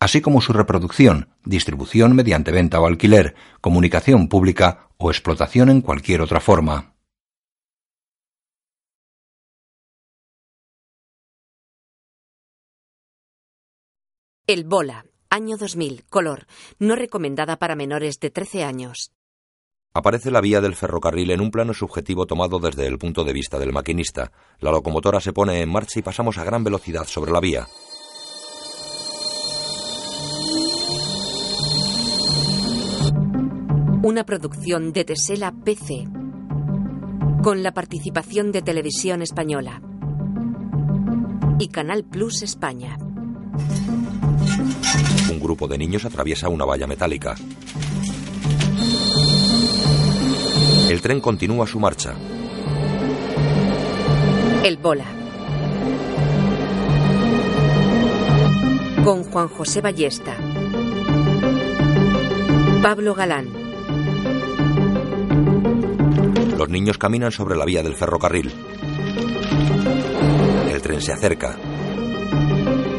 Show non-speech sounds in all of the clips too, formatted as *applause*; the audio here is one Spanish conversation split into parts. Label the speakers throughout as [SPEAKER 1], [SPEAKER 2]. [SPEAKER 1] así como su reproducción, distribución mediante venta o alquiler, comunicación pública o explotación en cualquier otra forma.
[SPEAKER 2] El Bola, año 2000, color, no recomendada para menores de 13 años.
[SPEAKER 3] Aparece la vía del ferrocarril en un plano subjetivo tomado desde el punto de vista del maquinista. La locomotora se pone en marcha y pasamos a gran velocidad sobre la vía.
[SPEAKER 2] Una producción de Tesela PC, con la participación de Televisión Española y Canal Plus España.
[SPEAKER 3] Un grupo de niños atraviesa una valla metálica. El tren continúa su marcha.
[SPEAKER 2] El Bola. Con Juan José Ballesta. Pablo Galán.
[SPEAKER 3] Los niños caminan sobre la vía del ferrocarril. El tren se acerca.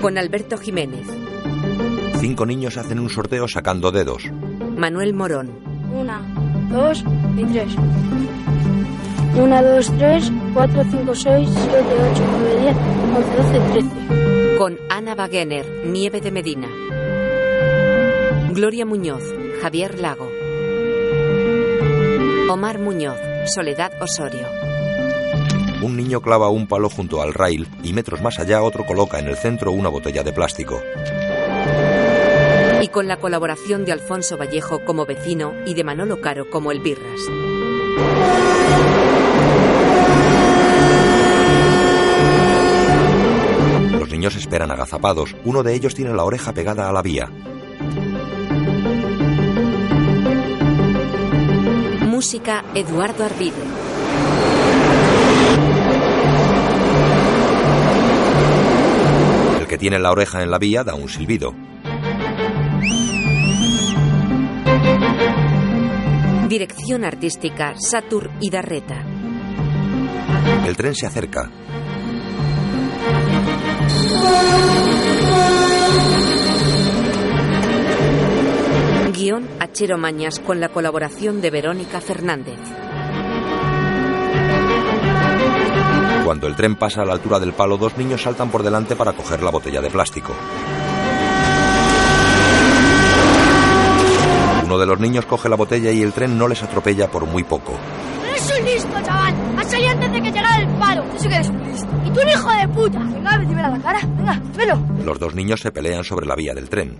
[SPEAKER 2] Con Alberto Jiménez.
[SPEAKER 3] Cinco niños hacen un sorteo sacando dedos.
[SPEAKER 2] Manuel Morón.
[SPEAKER 4] Una, dos y tres. Una, dos, tres, cuatro, cinco, seis, siete, ocho, nueve, diez, once, doce, trece.
[SPEAKER 2] Con Ana Wagener, Nieve de Medina. Gloria Muñoz, Javier Lago. Omar Muñoz, Soledad Osorio.
[SPEAKER 3] Un niño clava un palo junto al rail y metros más allá otro coloca en el centro una botella de plástico.
[SPEAKER 2] Y con la colaboración de Alfonso Vallejo como vecino y de Manolo Caro como el Birras.
[SPEAKER 3] Los niños esperan agazapados. Uno de ellos tiene la oreja pegada a la vía.
[SPEAKER 2] Música Eduardo Arvide.
[SPEAKER 3] El que tiene la oreja en la vía da un silbido.
[SPEAKER 2] Dirección artística Satur Idarreta.
[SPEAKER 3] El tren se acerca.
[SPEAKER 2] Guión Achero Mañas con la colaboración de Verónica Fernández.
[SPEAKER 3] Cuando el tren pasa a la altura del palo, dos niños saltan por delante para coger la botella de plástico. Uno de los niños coge la botella y el tren no les atropella por muy poco.
[SPEAKER 4] ¡Eres un listo, chaval! ¡Has salido antes de que llegara el palo! ¡Tú sí que eres un listo! ¡Y tú un hijo de puta! Venga, dímela a la cara. Venga, velo.
[SPEAKER 3] Los dos niños se pelean sobre la vía del tren.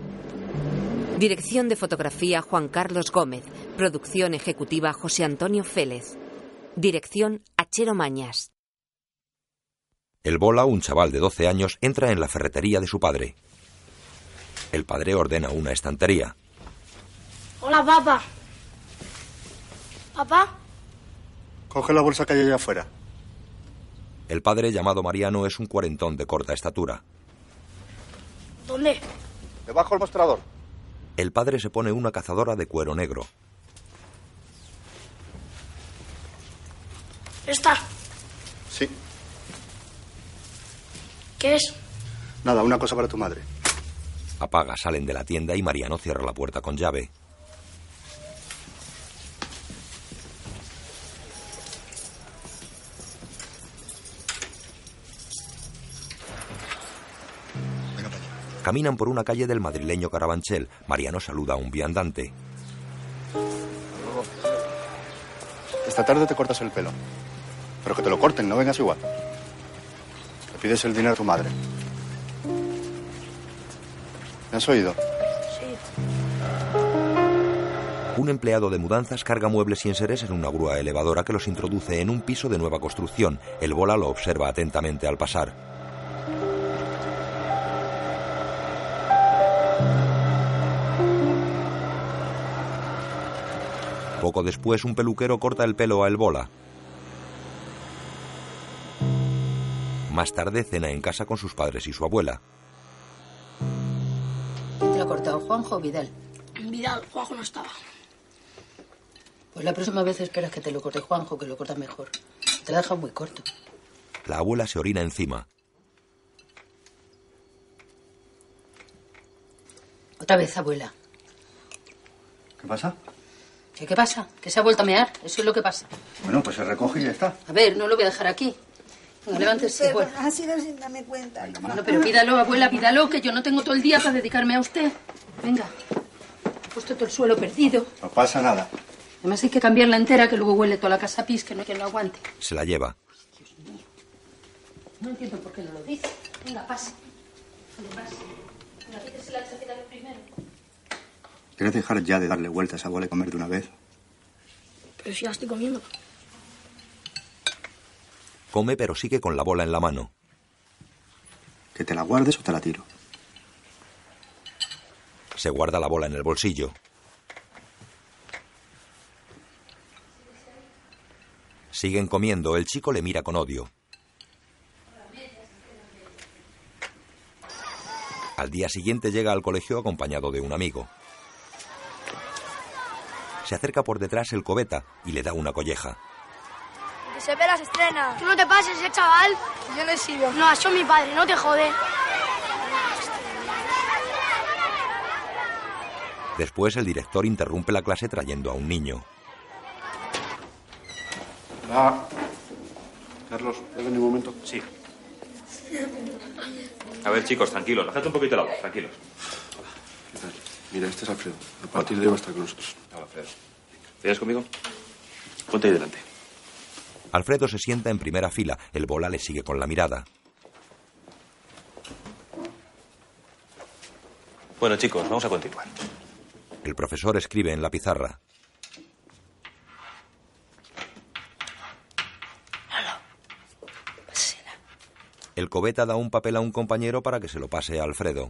[SPEAKER 2] Dirección de fotografía Juan Carlos Gómez. Producción ejecutiva José Antonio Félez. Dirección Achero Mañas.
[SPEAKER 3] El bola, un chaval de 12 años, entra en la ferretería de su padre. El padre ordena una estantería.
[SPEAKER 4] Hola, papá. ¿Papá?
[SPEAKER 5] Coge la bolsa que hay allá afuera.
[SPEAKER 3] El padre, llamado Mariano, es un cuarentón de corta estatura.
[SPEAKER 4] ¿Dónde?
[SPEAKER 5] Debajo el mostrador.
[SPEAKER 3] El padre se pone una cazadora de cuero negro.
[SPEAKER 4] ¿Esta?
[SPEAKER 5] Sí.
[SPEAKER 4] ¿Qué es?
[SPEAKER 5] Nada, una cosa para tu madre.
[SPEAKER 3] Apaga, salen de la tienda y Mariano cierra la puerta con llave.
[SPEAKER 5] Venga, para allá.
[SPEAKER 3] Caminan por una calle del madrileño Carabanchel. Mariano saluda a un viandante.
[SPEAKER 5] Esta tarde te cortas el pelo. Pero que te lo corten, no vengas igual. Le pides el dinero a tu madre. ¿Me has oído?
[SPEAKER 4] Sí.
[SPEAKER 3] Un empleado de mudanzas carga muebles y enseres en una grúa elevadora que los introduce en un piso de nueva construcción. El bola lo observa atentamente al pasar. Poco después, un peluquero corta el pelo a El Bola. Más tarde, cena en casa con sus padres y su abuela.
[SPEAKER 6] ¿Quién te lo ha cortado, Juanjo o Vidal?
[SPEAKER 7] Vidal, Juanjo no estaba.
[SPEAKER 6] Pues la próxima vez esperas que te lo corte Juanjo, que lo corta mejor. Te lo ha dejado muy corto.
[SPEAKER 3] La abuela se orina encima.
[SPEAKER 6] Otra vez, abuela.
[SPEAKER 5] ¿Qué pasa?
[SPEAKER 6] ¿Qué, qué pasa? ¿Que se ha vuelto a mear? Eso es lo que pasa.
[SPEAKER 5] Bueno, pues se recoge y ya está.
[SPEAKER 6] A ver, no lo voy a dejar aquí. Venga, levántese,
[SPEAKER 7] Pero
[SPEAKER 6] abuela.
[SPEAKER 7] ha sido sin darme cuenta.
[SPEAKER 6] Bueno, pero pídalo, abuela, pídalo, que yo no tengo todo el día para dedicarme a usted. Venga. He puesto todo el suelo perdido.
[SPEAKER 5] No pasa nada.
[SPEAKER 6] Además hay que cambiarla entera, que luego huele toda la casa a pis, que no hay quien lo aguante.
[SPEAKER 3] Se la lleva.
[SPEAKER 6] No entiendo por qué no lo dice. Venga, pase. Venga, pase. Venga, quítese la chaqueta de primero.
[SPEAKER 5] ¿Quieres dejar ya de darle vueltas a bola y comer de una vez?
[SPEAKER 7] Pero si ya estoy comiendo.
[SPEAKER 3] Come, pero sigue con la bola en la mano.
[SPEAKER 5] ¿Que te la guardes o te la tiro?
[SPEAKER 3] Se guarda la bola en el bolsillo. Siguen comiendo. El chico le mira con odio. Al día siguiente llega al colegio acompañado de un amigo. Se acerca por detrás el cobeta y le da una colleja.
[SPEAKER 8] Que se ve las estrenas.
[SPEAKER 7] Tú no te pases, eh, chaval.
[SPEAKER 8] Yo no he sido.
[SPEAKER 7] No, eso es mi padre, no te jode.
[SPEAKER 3] Después el director interrumpe la clase trayendo a un niño.
[SPEAKER 5] Hola. Carlos, ¿puedes venir un momento?
[SPEAKER 9] Sí. A ver, chicos, tranquilos. Bajad un poquito la voz, tranquilos.
[SPEAKER 5] Mira, este es Alfredo. A partir de hoy va a estar con nosotros.
[SPEAKER 9] Hola, Alfredo. ¿Vienes conmigo? Ponte ahí delante.
[SPEAKER 3] Alfredo se sienta en primera fila. El bola le sigue con la mirada.
[SPEAKER 9] Bueno, chicos, vamos a continuar.
[SPEAKER 3] El profesor escribe en la pizarra. El cobeta da un papel a un compañero para que se lo pase a Alfredo.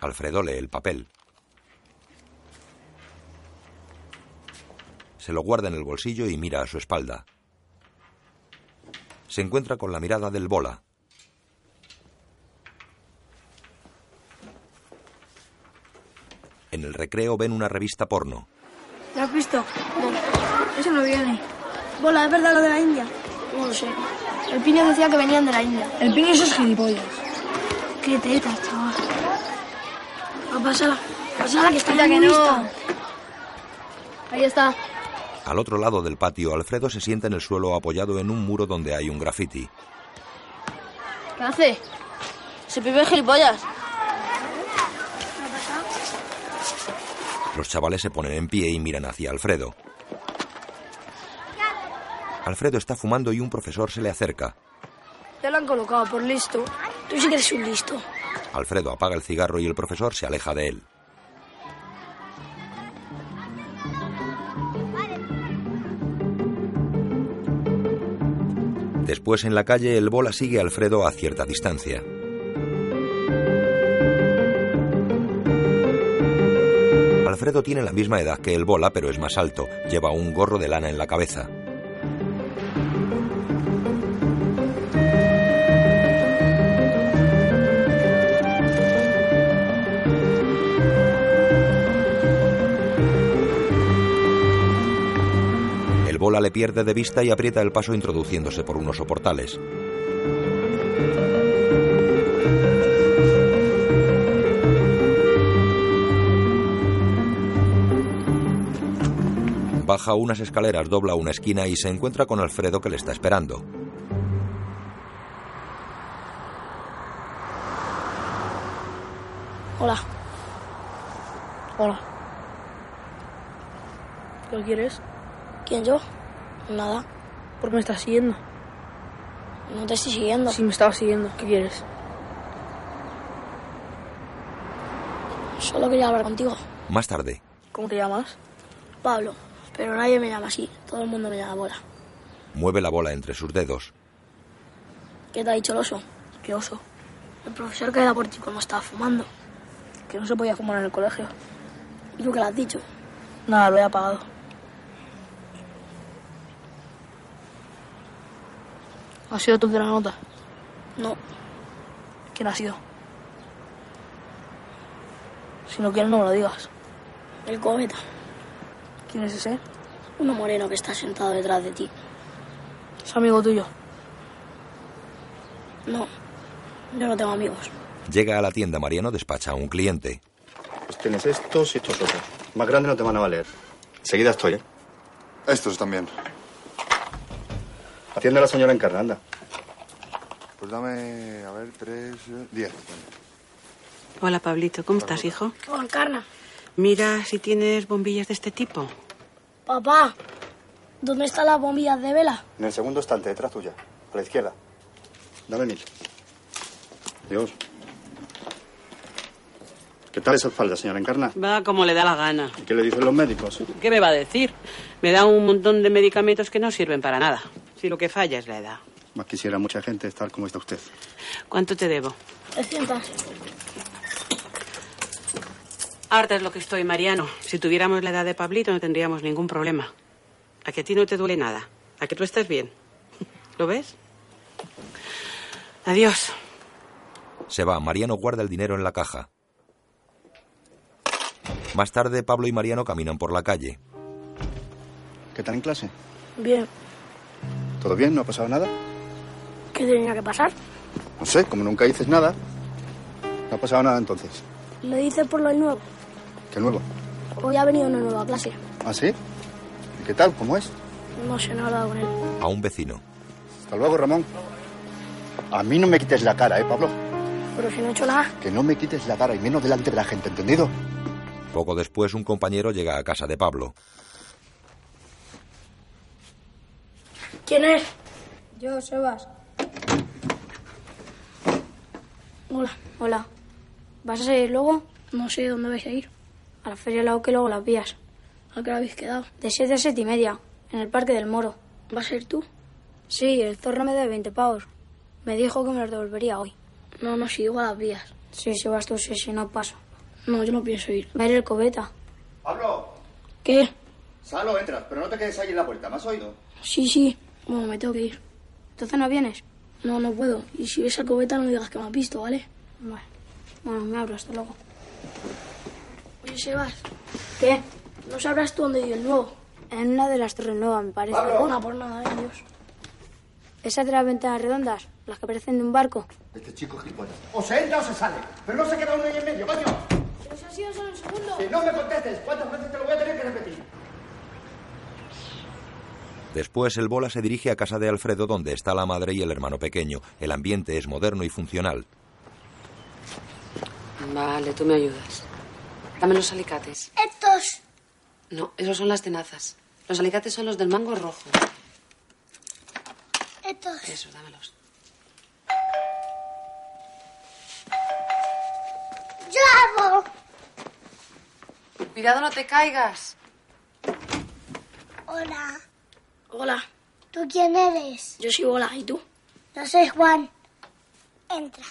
[SPEAKER 3] Alfredo lee el papel. Se lo guarda en el bolsillo y mira a su espalda. Se encuentra con la mirada del bola. En el recreo ven una revista porno.
[SPEAKER 7] ¿Lo has visto?
[SPEAKER 8] Eso no viene.
[SPEAKER 7] Bola, ¿es verdad lo de la India?
[SPEAKER 8] No lo sé.
[SPEAKER 7] El piño decía que venían de la India.
[SPEAKER 8] El pino eso es gilipollas.
[SPEAKER 7] Qué tetas, chaval. Va, Pues pásala. Pásala, que está
[SPEAKER 8] Mira
[SPEAKER 7] muy
[SPEAKER 8] que no.
[SPEAKER 7] lista. Ahí está.
[SPEAKER 3] Al otro lado del patio, Alfredo se sienta en el suelo apoyado en un muro donde hay un grafiti.
[SPEAKER 7] ¿Qué hace? Se pibe gilipollas.
[SPEAKER 3] Los chavales se ponen en pie y miran hacia Alfredo. Alfredo está fumando y un profesor se le acerca.
[SPEAKER 8] Ya lo han colocado por listo.
[SPEAKER 7] Tú sí que eres un listo.
[SPEAKER 3] Alfredo apaga el cigarro y el profesor se aleja de él. Después en la calle el bola sigue a Alfredo a cierta distancia. Alfredo tiene la misma edad que el bola pero es más alto, lleva un gorro de lana en la cabeza. El bola le pierde de vista y aprieta el paso introduciéndose por unos soportales. Baja unas escaleras, dobla una esquina y se encuentra con Alfredo que le está esperando.
[SPEAKER 8] Hola. Hola. ¿Qué quieres?
[SPEAKER 7] ¿Quién yo? Nada.
[SPEAKER 8] ¿Por qué me estás siguiendo?
[SPEAKER 7] No te estoy siguiendo.
[SPEAKER 8] Si me estabas siguiendo, ¿qué quieres?
[SPEAKER 7] Solo quería hablar contigo.
[SPEAKER 3] Más tarde,
[SPEAKER 8] ¿Cómo te llamas?
[SPEAKER 7] Pablo, pero nadie me llama así. Todo el mundo me llama bola.
[SPEAKER 3] mueve la bola entre sus dedos.
[SPEAKER 7] ¿Qué te ha dicho el oso?
[SPEAKER 8] ¿Qué oso?
[SPEAKER 7] El profesor queda por ti como estaba fumando.
[SPEAKER 10] Que no se podía fumar en el colegio.
[SPEAKER 7] ¿Y tú qué le has dicho?
[SPEAKER 10] Nada, lo he apagado. ¿Ha sido tú el de la nota?
[SPEAKER 7] No,
[SPEAKER 10] ¿Quién ha sido? Si no quieres, no me lo digas.
[SPEAKER 7] el cometa.
[SPEAKER 10] ¿Quién es ese?
[SPEAKER 7] Uno moreno que está sentado detrás de ti.
[SPEAKER 10] Es amigo tuyo.
[SPEAKER 7] No, yo no tengo amigos.
[SPEAKER 3] Llega a la tienda, Mariano despacha a un cliente.
[SPEAKER 5] Pues tienes estos y estos otros. Más grandes no te van a valer. Seguida estoy, ¿eh? Estos también. Atiende a la señora encarnada. anda. Pues dame, a ver, tres, eh, diez.
[SPEAKER 11] Hola, Pablito. ¿Cómo estás, hijo?
[SPEAKER 7] Oh, encarna.
[SPEAKER 11] Mira si tienes bombillas de este tipo.
[SPEAKER 7] Papá, ¿dónde están las bombillas de vela?
[SPEAKER 5] En el segundo estante, detrás tuya, a la izquierda. Dame mil. Dios. ¿Qué tal esa espalda, señora Encarna?
[SPEAKER 11] Va como le da la gana.
[SPEAKER 5] ¿Y ¿Qué le dicen los médicos?
[SPEAKER 11] ¿Qué me va a decir? Me da un montón de medicamentos que no sirven para nada. Si lo que falla es la edad.
[SPEAKER 5] Más quisiera mucha gente estar como está usted.
[SPEAKER 11] ¿Cuánto te debo?
[SPEAKER 7] 300.
[SPEAKER 11] Harta es lo que estoy, Mariano. Si tuviéramos la edad de Pablito no tendríamos ningún problema. A que a ti no te duele nada. A que tú estás bien. *laughs* ¿Lo ves? Adiós.
[SPEAKER 3] Se va, Mariano guarda el dinero en la caja. Más tarde, Pablo y Mariano caminan por la calle.
[SPEAKER 5] ¿Qué tal en clase?
[SPEAKER 10] Bien,
[SPEAKER 5] ¿Todo bien? ¿No ha pasado nada?
[SPEAKER 7] ¿Qué tenía que pasar?
[SPEAKER 5] No sé, como nunca dices nada. No ha pasado nada entonces.
[SPEAKER 7] Lo dices por lo nuevo.
[SPEAKER 5] ¿Qué nuevo?
[SPEAKER 7] Hoy ha venido una nueva clase.
[SPEAKER 5] ¿Ah, sí? ¿Y qué tal? ¿Cómo es?
[SPEAKER 7] No sé, no he hablado con él.
[SPEAKER 3] A un vecino.
[SPEAKER 5] Hasta luego, Ramón. A mí no me quites la cara, ¿eh, Pablo?
[SPEAKER 7] Pero si no he hecho nada.
[SPEAKER 5] Que no me quites la cara y menos delante de la gente, ¿entendido?
[SPEAKER 3] Poco después, un compañero llega a casa de Pablo.
[SPEAKER 7] ¿Quién es?
[SPEAKER 12] Yo, Sebas.
[SPEAKER 7] Hola,
[SPEAKER 12] Hola. ¿Vas a salir luego?
[SPEAKER 10] no sé dónde vais a ir.
[SPEAKER 12] A la feria la que luego las vías.
[SPEAKER 10] ¿A qué hora habéis quedado?
[SPEAKER 12] De 7 a 7 y media, en el Parque del Moro.
[SPEAKER 10] ¿Vas a ir tú?
[SPEAKER 12] Sí, el zorro me debe 20 pavos. Me dijo que me los devolvería hoy.
[SPEAKER 10] No, no, si digo a las vías.
[SPEAKER 12] Sí, si vas tú, sí, si no paso.
[SPEAKER 10] No, yo no pienso ir.
[SPEAKER 12] Va a ir el cobeta.
[SPEAKER 5] Pablo,
[SPEAKER 10] ¿Qué?
[SPEAKER 5] Salo, entras, pero no te quedes ahí en la puerta, ¿me has oído?
[SPEAKER 10] Sí, sí. Bueno, me tengo que ir.
[SPEAKER 12] Entonces no vienes.
[SPEAKER 10] No, no puedo. Y si ves a Cobeta, no digas que me has visto, ¿vale?
[SPEAKER 12] Bueno, bueno me abro, hasta luego.
[SPEAKER 10] Oye, Sebas,
[SPEAKER 12] ¿Qué?
[SPEAKER 10] ¿no sabrás tú dónde vive el nuevo?
[SPEAKER 12] En una de las torres nuevas, me parece.
[SPEAKER 10] Perdona por nada, eh, Dios.
[SPEAKER 12] Esas de las ventanas redondas, las que parecen de un barco.
[SPEAKER 5] Este chico es gilipollas. O se entra o se sale, pero no se queda uno ahí en medio, coño.
[SPEAKER 7] Pues ha sido solo un segundo.
[SPEAKER 5] Si no me contestes, ¿cuántas veces te lo voy a tener que repetir?
[SPEAKER 3] Después, el bola se dirige a casa de Alfredo, donde está la madre y el hermano pequeño. El ambiente es moderno y funcional.
[SPEAKER 11] Vale, tú me ayudas. Dame los alicates.
[SPEAKER 7] Estos.
[SPEAKER 11] No, esos son las tenazas. Los alicates son los del mango rojo.
[SPEAKER 7] Estos.
[SPEAKER 11] Esos, dámelos.
[SPEAKER 7] Yo hago.
[SPEAKER 11] Cuidado, no te caigas.
[SPEAKER 7] Hola.
[SPEAKER 10] Hola,
[SPEAKER 7] ¿Tú quién eres?
[SPEAKER 10] yo soy Bola. ¿Y tú?
[SPEAKER 7] No soy Juan. Entra.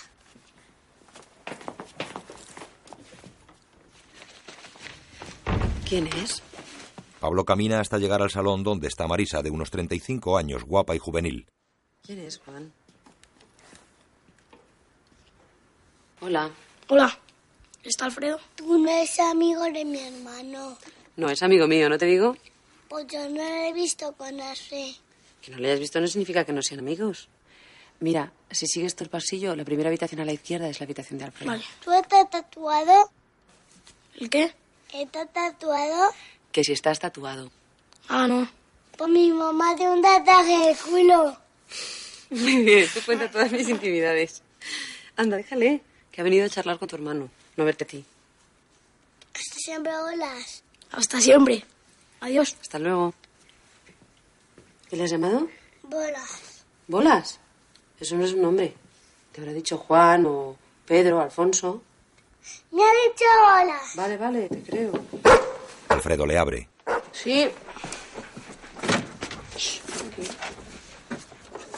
[SPEAKER 11] ¿Quién es?
[SPEAKER 3] Pablo camina hasta llegar al salón donde está Marisa, de unos 35 años, guapa y juvenil.
[SPEAKER 11] ¿Quién es, Juan? Hola.
[SPEAKER 10] Hola. ¿Está Alfredo?
[SPEAKER 7] Tú no eres amigo de mi hermano.
[SPEAKER 11] No, es amigo mío, ¿no te digo?
[SPEAKER 7] Pues yo no lo he visto con Arce.
[SPEAKER 11] Que no le hayas visto no significa que no sean amigos. Mira, si sigues todo el pasillo, la primera habitación a la izquierda es la habitación de Alfredo.
[SPEAKER 10] Vale.
[SPEAKER 7] ¿Tú estás tatuado?
[SPEAKER 10] ¿El qué?
[SPEAKER 7] ¿Estás tatuado?
[SPEAKER 11] Que si estás tatuado.
[SPEAKER 10] Ah, no.
[SPEAKER 7] Pues mi mamá de un tatuaje en el culo.
[SPEAKER 11] Muy bien, tú cuenta todas mis intimidades. Anda, déjale, que ha venido a charlar con tu hermano, no a verte a ti.
[SPEAKER 7] Hasta siempre olas.
[SPEAKER 10] Hasta siempre. Adiós.
[SPEAKER 11] Hasta luego. ¿Qué le has llamado?
[SPEAKER 7] Bolas.
[SPEAKER 11] ¿Bolas? Eso no es un nombre. Te habrá dicho Juan o Pedro, Alfonso.
[SPEAKER 7] Me ha dicho bolas.
[SPEAKER 11] Vale, vale, te creo.
[SPEAKER 3] Alfredo le abre.
[SPEAKER 11] Sí.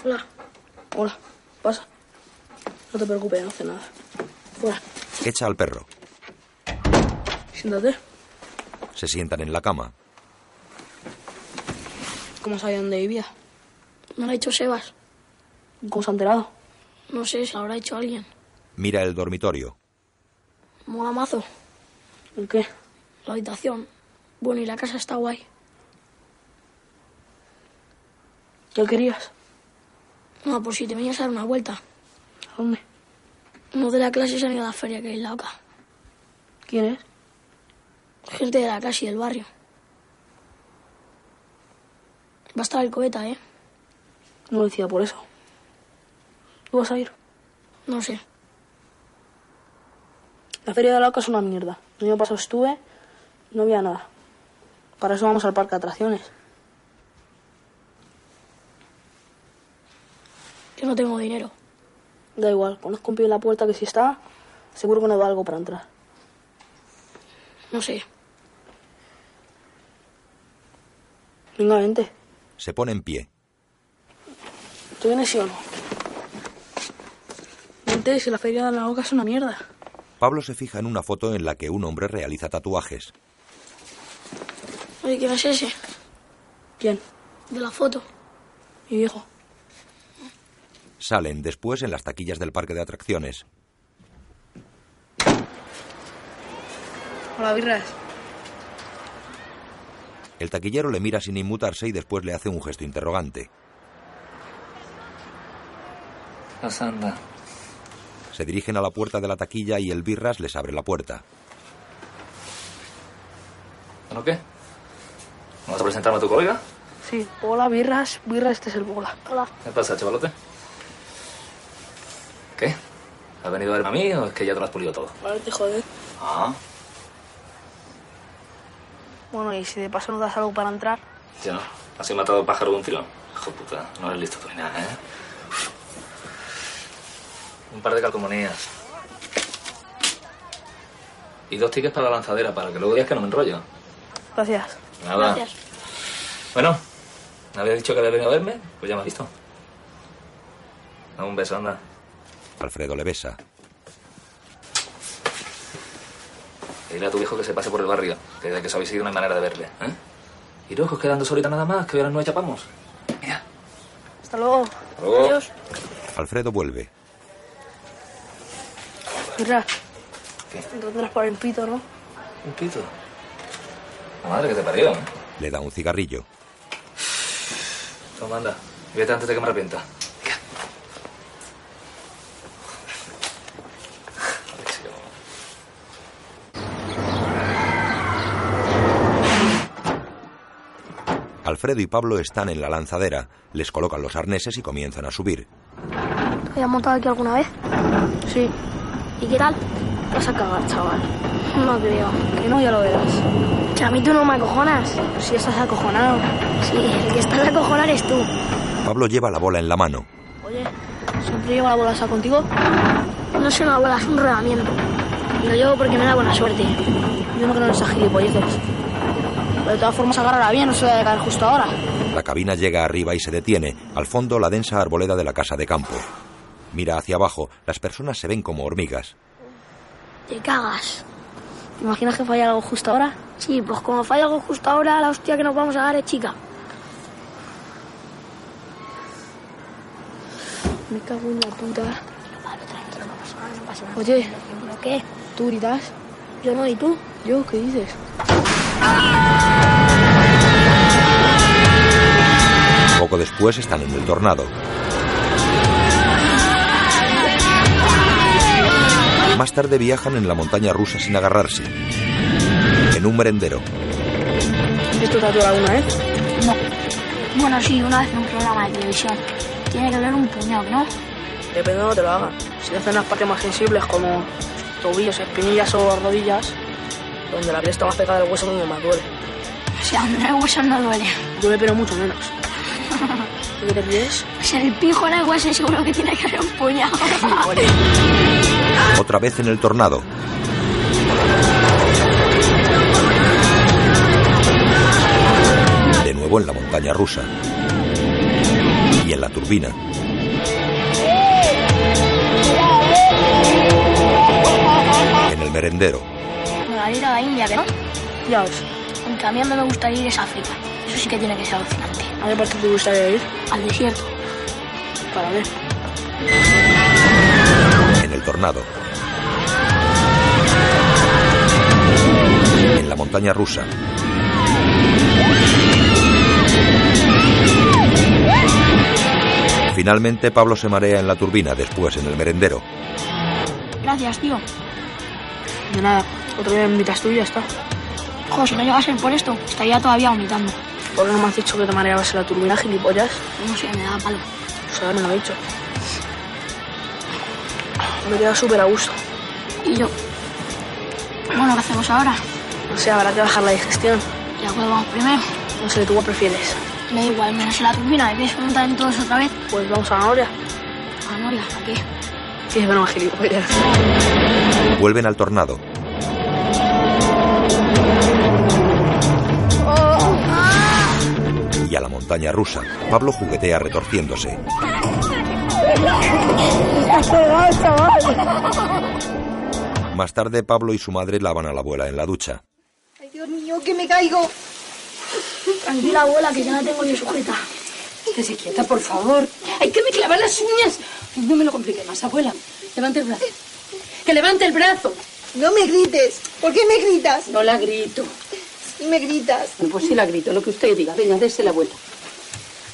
[SPEAKER 10] Hola. Hola. Pasa.
[SPEAKER 13] No te preocupes, no hace nada. Fuera,
[SPEAKER 3] Echa al perro.
[SPEAKER 13] siéntate.
[SPEAKER 3] Se sientan en la cama.
[SPEAKER 13] ¿Cómo sabía dónde vivía? Me lo ha dicho Sebas. ¿Cómo se ha enterado? No sé, se lo habrá dicho alguien.
[SPEAKER 3] Mira el dormitorio.
[SPEAKER 13] Mola mazo. ¿El qué? La habitación. Bueno, y la casa está guay. ¿Qué querías? No, Ah, por si te venías a dar una vuelta. ¿A dónde? Unos de la clase se han ido a la feria que hay la oca. ¿Quién es? Gente de la casa y del barrio. Va a estar el coheta, ¿eh? No lo decía por eso. ¿Tú vas a ir? No sé.
[SPEAKER 7] La feria de la Oca es una mierda. El año pasado estuve, no había nada. Para eso vamos al parque de atracciones.
[SPEAKER 13] Yo no tengo dinero.
[SPEAKER 7] Da igual, conozco un pie en la puerta que si está, seguro que nos da algo para entrar.
[SPEAKER 13] No sé.
[SPEAKER 7] Venga, vente.
[SPEAKER 3] Se pone en pie.
[SPEAKER 7] ¿Tú vienes sí o no? Vente, si la feria de la Oca es una mierda.
[SPEAKER 3] Pablo se fija en una foto en la que un hombre realiza tatuajes.
[SPEAKER 13] Oye, ¿quién es ese?
[SPEAKER 7] ¿Quién?
[SPEAKER 13] De la foto.
[SPEAKER 7] Mi viejo.
[SPEAKER 3] Salen después en las taquillas del parque de atracciones.
[SPEAKER 7] Hola, birras.
[SPEAKER 3] El taquillero le mira sin inmutarse y después le hace un gesto interrogante.
[SPEAKER 14] Nos anda.
[SPEAKER 3] Se dirigen a la puerta de la taquilla y el birras les abre la puerta.
[SPEAKER 14] ¿No qué? ¿No vas a presentarme a tu colega?
[SPEAKER 7] Sí, hola, birras. Birras, este es el bola. Hola.
[SPEAKER 14] ¿Qué pasa, chavalote? ¿Qué? ¿Has venido a verme a mí o es que ya te lo has pulido todo?
[SPEAKER 7] Vale, te joder.
[SPEAKER 14] Ah,
[SPEAKER 7] Bueno, y si de paso nos das algo para entrar,
[SPEAKER 14] ya no. Has matado pájaro de un tirón. Hijo de puta, no eres listo tú ni nada, ¿eh? Un par de calcomanías. Y dos tickets para la lanzadera, para que luego digas que no me enrollo.
[SPEAKER 7] gracias.
[SPEAKER 14] Nada. Bueno, ¿me habías dicho que habías venido a verme? Pues ya me has visto. Dame un beso, anda.
[SPEAKER 3] Alfredo le besa.
[SPEAKER 14] Y Dile a tu viejo que se pase por el barrio, que desde que os habéis ido no hay manera de verle, ¿eh? Y luego os quedando solita nada más, que hoy a las nueve chapamos.
[SPEAKER 7] Hasta luego.
[SPEAKER 14] Hasta luego.
[SPEAKER 7] Adiós.
[SPEAKER 3] Alfredo vuelve.
[SPEAKER 7] Birras. ¿Qué? Encontrarás para el pito, ¿no?
[SPEAKER 14] Un pito. La madre que te parió, ¿eh?
[SPEAKER 3] Le da un cigarrillo.
[SPEAKER 14] Toma, anda. Vete antes de que me arrepienta. Venga. Joder, sí, vamos.
[SPEAKER 3] Alfredo y Pablo están en la lanzadera. Les colocan los arneses y comienzan a subir.
[SPEAKER 4] ¿Te has montado aquí alguna vez?
[SPEAKER 13] Sí.
[SPEAKER 4] ¿Y qué tal?
[SPEAKER 13] Te vas a cagar, chaval. No creo.
[SPEAKER 7] Que no, ya lo verás.
[SPEAKER 13] Que a mí tú no me acojonas.
[SPEAKER 7] Si estás acojonado.
[SPEAKER 13] Sí, el que estás a acojonar es tú.
[SPEAKER 3] Pablo lleva la bola en la mano.
[SPEAKER 7] Oye, ¿siempre llevo la bola esa contigo?
[SPEAKER 13] No es una bola, es un rodamiento. Y lo llevo porque me da buena suerte.
[SPEAKER 7] Yo no creo en esas gilipolleces. Pero de todas formas, agárrala bien, no se la de caer justo ahora.
[SPEAKER 3] La cabina llega arriba y se detiene. Al fondo, la densa arboleda de la casa de campo. Mira hacia abajo. Las personas se ven como hormigas.
[SPEAKER 13] Te cagas.
[SPEAKER 7] ¿Te imaginas que falla algo justo ahora?
[SPEAKER 13] Sí, pues como falla algo justo ahora, la hostia que nos vamos a dar es chica.
[SPEAKER 7] Me cago en la puta.
[SPEAKER 13] Tranquilo, no pasa nada, no pasa nada.
[SPEAKER 7] Oye,
[SPEAKER 13] ¿Pero qué?
[SPEAKER 7] ¿tú gritas?
[SPEAKER 13] Yo no, ¿y tú?
[SPEAKER 7] ¿Yo qué dices?
[SPEAKER 3] Poco después están en el tornado. Más tarde viajan en la montaña rusa sin agarrarse. En un merendero.
[SPEAKER 7] ¿Esto te ha durado alguna vez?
[SPEAKER 4] No. Bueno, sí, una vez en un programa de televisión. Tiene que hablar un puñado, ¿no?
[SPEAKER 7] Depende de dónde te lo hagan. Si te hacen las partes más sensibles como tobillos, espinillas o rodillas, donde la piel está más pegada al hueso donde más duele.
[SPEAKER 4] O sea, no el hueso no duele.
[SPEAKER 7] Duele pero mucho
[SPEAKER 13] *laughs*
[SPEAKER 7] menos. ¿Tú qué te ríes?
[SPEAKER 4] O sea, el pijo en el hueso seguro que tiene que haber un
[SPEAKER 7] *laughs*
[SPEAKER 4] puñado.
[SPEAKER 3] Otra vez en el tornado. De nuevo en la montaña rusa. Y en la turbina. merendero.
[SPEAKER 13] Me va a ir a la India, ¿no? Ya ves. Aunque a mí no me gustaría ir es a África. Eso sí que tiene que ser alucinante. ¿A qué parte te gustaría ir? Al desierto. Para ver.
[SPEAKER 3] En el tornado. En la montaña rusa. Finalmente Pablo se marea en la turbina, después en el merendero.
[SPEAKER 13] Gracias, tío.
[SPEAKER 7] De nada, otro día me invitas tú y ya está.
[SPEAKER 13] Jo, si no llega a ser por esto, estaría todavía vomitando.
[SPEAKER 7] ¿Por qué no me has dicho que te mareabas en la turbina, gilipollas?
[SPEAKER 13] No sé, me da palo.
[SPEAKER 7] Pues ahora me lo ha dicho. Me queda súper a gusto.
[SPEAKER 13] Y yo. Bueno, ¿qué hacemos ahora?
[SPEAKER 7] No sé, habrá que bajar la digestión.
[SPEAKER 13] ¿Y a cuál vamos primero?
[SPEAKER 7] No sé, ¿tú qué prefieres?
[SPEAKER 13] Me da igual, menos en la turbina. ¿Me quieres preguntar en todos otra vez?
[SPEAKER 7] Pues vamos a la noria.
[SPEAKER 13] Ah, no, ¿a qué?
[SPEAKER 7] Sí, es broma, gilipollas.
[SPEAKER 3] Vuelven al tornado. Y a la montaña rusa. Pablo juguetea retorciéndose. Más tarde, Pablo y su madre lavan a la abuela en la ducha.
[SPEAKER 10] Ay, Dios mío, que me caigo.
[SPEAKER 13] Tranquila, abuela, que ya la tengo yo sujeta.
[SPEAKER 6] Quédese quieta, por favor. Hay que me clavar las uñas. Ay, No me lo complique más, abuela. Levante el brazo. Que levante el brazo.
[SPEAKER 10] No me grites. ¿Por qué me gritas?
[SPEAKER 6] No la grito.
[SPEAKER 10] Y me gritas.
[SPEAKER 6] Bueno, pues sí la grito, lo que usted diga. Venga, dése la vuelta.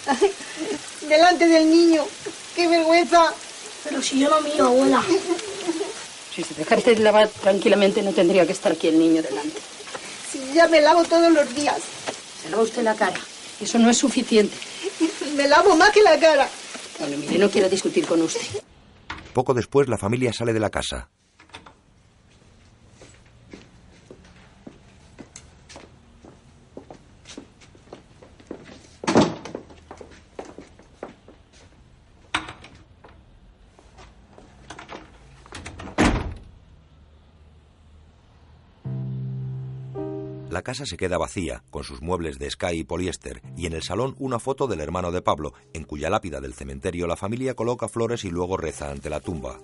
[SPEAKER 10] Ay, Delante del niño. ¡Qué vergüenza!
[SPEAKER 13] Pero si yo no mío, abuela.
[SPEAKER 6] Si se dejara usted lavar tranquilamente, no tendría que estar aquí el niño delante.
[SPEAKER 10] Si ya me lavo todos los días.
[SPEAKER 6] Se lava usted la cara. Eso no es suficiente.
[SPEAKER 10] Me lavo más que la cara.
[SPEAKER 6] Bueno, mire, no quiero discutir con usted.
[SPEAKER 3] Poco después, la familia sale de la casa. La casa se queda vacía, con sus muebles de sky y poliéster, y en el salón una foto del hermano de Pablo, en cuya lápida del cementerio la familia coloca flores y luego reza ante la tumba.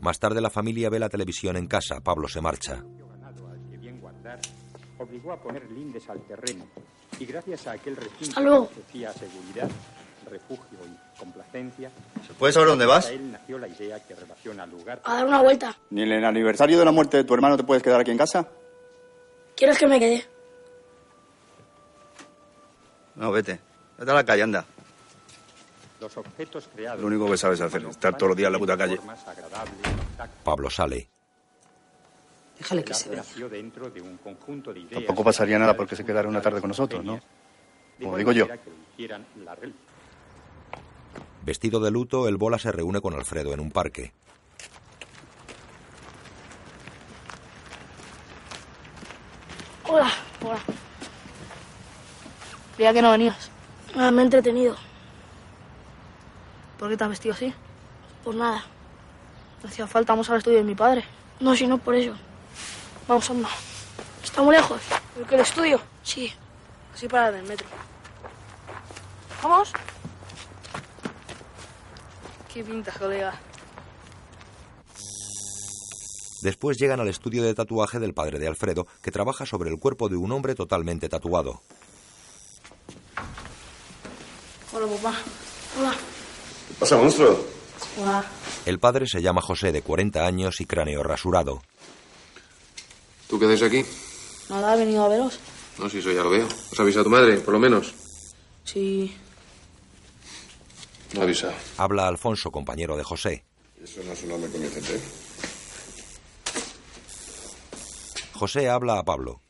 [SPEAKER 3] Más tarde la familia ve la televisión en casa, Pablo se marcha.
[SPEAKER 15] ganado al que bien guardar obligó a poner lindes al terreno y gracias a aquel recinto
[SPEAKER 13] Hasta luego.
[SPEAKER 15] que ofrecía seguridad, refugio y complacencia.
[SPEAKER 5] puede saber dónde vas?
[SPEAKER 15] a él nació la idea que relaciona al lugar
[SPEAKER 13] A dar una vuelta.
[SPEAKER 5] ¿Ni en el aniversario de la muerte de tu hermano te puedes quedar aquí en casa?
[SPEAKER 13] ¿Quieres que me quede?
[SPEAKER 5] No, vete. Vete a la calle, anda.
[SPEAKER 15] los objetos creados.
[SPEAKER 5] Lo único que sabes hacer, estar todos los días en la puta calle.
[SPEAKER 15] Más agradable,
[SPEAKER 3] Pablo sale.
[SPEAKER 16] Déjale que
[SPEAKER 15] el
[SPEAKER 16] se
[SPEAKER 15] arte
[SPEAKER 16] vea.
[SPEAKER 15] nació dentro de un conjunto de ideas.
[SPEAKER 5] Tampoco pasaría nada porque se quedara una tarde con nosotros, ¿no?
[SPEAKER 15] de igual
[SPEAKER 5] Como digo yo.
[SPEAKER 15] manera que lo hicieran la rel-
[SPEAKER 3] Vestido de luto, el bola se reúne con Alfredo en un parque.
[SPEAKER 13] Hola.
[SPEAKER 7] Hola. Veía que no venías.
[SPEAKER 13] Nada, Ah, me he entretenido.
[SPEAKER 7] ¿Por qué te has vestido así?
[SPEAKER 13] Por nada.
[SPEAKER 7] No hacía falta, vamos al estudio de mi padre.
[SPEAKER 13] No, si no por eso.
[SPEAKER 7] Vamos, anda.
[SPEAKER 13] Está muy lejos.
[SPEAKER 7] ¿Pero que el estudio?
[SPEAKER 13] Sí.
[SPEAKER 7] Así para del metro. ¿Vamos? Qué pinta, colega.
[SPEAKER 3] Después llegan al estudio de tatuaje del padre de Alfredo, que trabaja sobre el cuerpo de un hombre totalmente tatuado.
[SPEAKER 7] Hola, papá. Hola.
[SPEAKER 5] ¿Qué pasa, monstruo?
[SPEAKER 7] Hola.
[SPEAKER 3] El padre se llama José, de 40 años y cráneo rasurado.
[SPEAKER 9] ¿Tú qué haces aquí?
[SPEAKER 7] Nada, he venido a veros.
[SPEAKER 9] No, si eso ya lo veo. ¿Os avisa a tu madre, por lo menos?
[SPEAKER 7] Sí.
[SPEAKER 9] No ha avisado.
[SPEAKER 3] Habla Alfonso, compañero de José.
[SPEAKER 9] Eso no se lo habla con mi gente.
[SPEAKER 3] José habla a Pablo.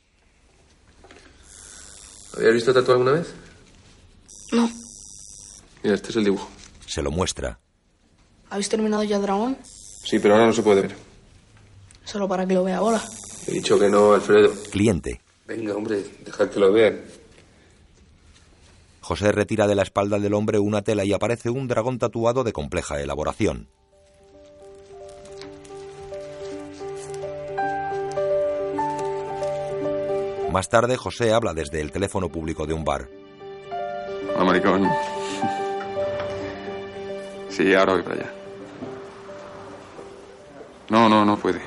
[SPEAKER 9] ¿Habías visto tatuado alguna vez?
[SPEAKER 7] No.
[SPEAKER 9] Mira, este es el dibujo.
[SPEAKER 3] Se lo muestra.
[SPEAKER 7] ¿Habéis terminado ya el dragón?
[SPEAKER 9] Sí, pero ahora no se puede ver.
[SPEAKER 7] Solo para que lo vea ahora.
[SPEAKER 9] He dicho que no, Alfredo.
[SPEAKER 3] Cliente.
[SPEAKER 9] Venga, hombre, dejad que lo vean.
[SPEAKER 3] José retira de la espalda del hombre una tela y aparece un dragón tatuado de compleja elaboración. Más tarde, José habla desde el teléfono público de un bar.
[SPEAKER 9] Hola, maricón. Sí, ahora voy para allá. No, no, no puede.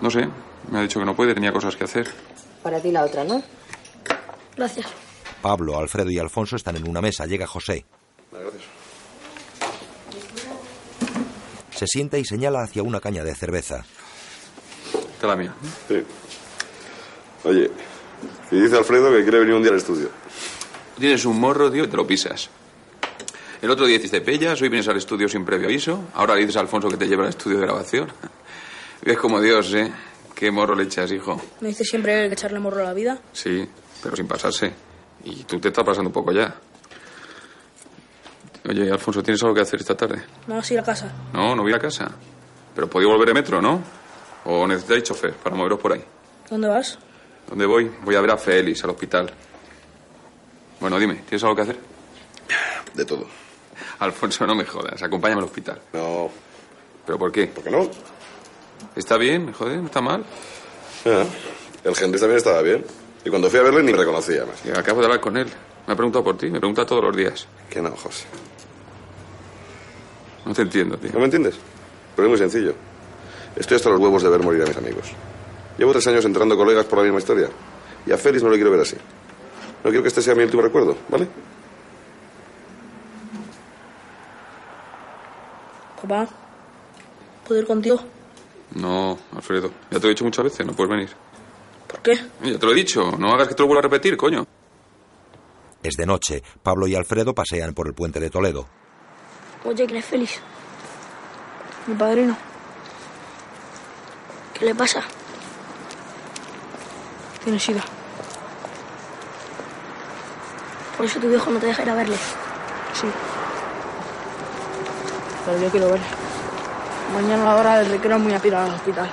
[SPEAKER 9] No sé, me ha dicho que no puede, tenía cosas que hacer.
[SPEAKER 17] Para ti la otra, ¿no?
[SPEAKER 13] Gracias.
[SPEAKER 3] Pablo, Alfredo y Alfonso están en una mesa. Llega José. Se sienta y señala hacia una caña de cerveza.
[SPEAKER 9] Esta es la mía.
[SPEAKER 18] Sí. Oye, y dice Alfredo que quiere venir un día al estudio.
[SPEAKER 9] Tienes un morro, tío, y te lo pisas. El otro día hiciste pellas, hoy vienes al estudio sin previo aviso, ahora le dices a Alfonso que te lleva al estudio de grabación. *laughs* Ves como Dios, ¿eh? Qué morro le echas, hijo.
[SPEAKER 7] Me dice siempre que hay que echarle morro a la vida.
[SPEAKER 9] Sí, pero sin pasarse. Y tú te estás pasando un poco ya. Oye, Alfonso, ¿tienes algo que hacer esta tarde?
[SPEAKER 7] Vamos a ir a casa.
[SPEAKER 9] No, no voy a casa. Pero podéis volver en metro, ¿no? ¿O necesitáis chofer para moveros por ahí?
[SPEAKER 7] ¿Dónde vas?
[SPEAKER 9] ¿Dónde voy? Voy a ver a Félix, al hospital. Bueno, dime, ¿tienes algo que hacer?
[SPEAKER 18] De todo.
[SPEAKER 9] Alfonso, no me jodas. Acompáñame al hospital.
[SPEAKER 18] No.
[SPEAKER 9] ¿Pero por qué?
[SPEAKER 18] Porque no.
[SPEAKER 9] ¿Está bien? Joder, ¿no está mal?
[SPEAKER 18] Ah, el Henry también estaba bien. Y cuando fui a verle ni me reconocía más.
[SPEAKER 9] Y acabo de hablar con él. Me ha preguntado por ti. Me pregunta todos los días.
[SPEAKER 18] Que no, José.
[SPEAKER 9] No te entiendo, tío.
[SPEAKER 18] ¿No me entiendes? Pero es muy sencillo. Estoy hasta los huevos de ver morir a mis amigos. Llevo tres años entrando colegas por la misma historia. Y a Félix no lo quiero ver así. No quiero que este sea mi último recuerdo, ¿vale?
[SPEAKER 7] Papá, ¿puedo ir contigo?
[SPEAKER 9] No, Alfredo. Ya te lo he dicho muchas veces, no puedes venir.
[SPEAKER 7] ¿Por qué?
[SPEAKER 9] Ya te lo he dicho. No hagas que te lo vuelva a repetir, coño.
[SPEAKER 3] Es de noche. Pablo y Alfredo pasean por el puente de Toledo.
[SPEAKER 13] Oye, ¿quién es Félix?
[SPEAKER 7] Mi padrino.
[SPEAKER 13] ¿Qué le pasa?
[SPEAKER 7] Tiene sida.
[SPEAKER 13] Por eso tu viejo no te deja ir a verle.
[SPEAKER 7] Sí. Pero yo quiero ver. Mañana a la hora del recreo me voy a pirar al hospital.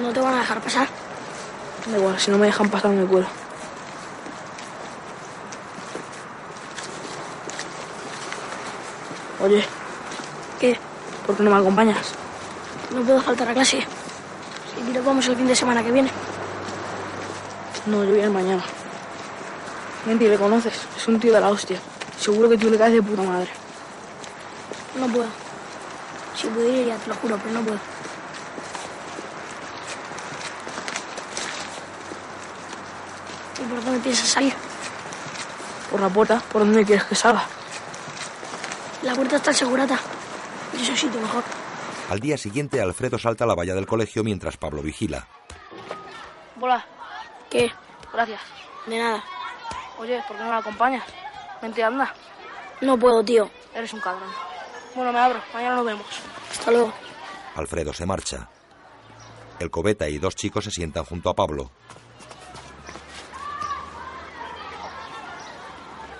[SPEAKER 13] No te van a dejar pasar.
[SPEAKER 7] Da igual, si no me dejan pasar me cuero. Oye,
[SPEAKER 13] ¿Qué?
[SPEAKER 7] ¿por qué no me acompañas?
[SPEAKER 13] No puedo faltar a clase. Si quieres vamos el fin de semana que viene.
[SPEAKER 7] No, yo voy a ir mañana. Menti, le conoces. Es un tío de la hostia. Seguro que tú le caes de puta madre.
[SPEAKER 13] No puedo. Si pudiera iría, te lo juro, pero no puedo. ¿Y por dónde piensas salir?
[SPEAKER 7] Por la puerta, ¿por dónde quieres que salga?
[SPEAKER 13] La puerta está asegurada. Y es un sitio mejor.
[SPEAKER 3] Al día siguiente, Alfredo salta a la valla del colegio mientras Pablo vigila.
[SPEAKER 7] Hola,
[SPEAKER 13] ¿Qué?
[SPEAKER 7] gracias.
[SPEAKER 13] De nada.
[SPEAKER 7] Oye, ¿por qué no me acompañas? Vente, anda.
[SPEAKER 13] No puedo, tío.
[SPEAKER 7] Eres un cabrón. Bueno, me abro. Mañana nos vemos.
[SPEAKER 13] Hasta luego.
[SPEAKER 3] Alfredo se marcha. El cobeta y dos chicos se sientan junto a Pablo.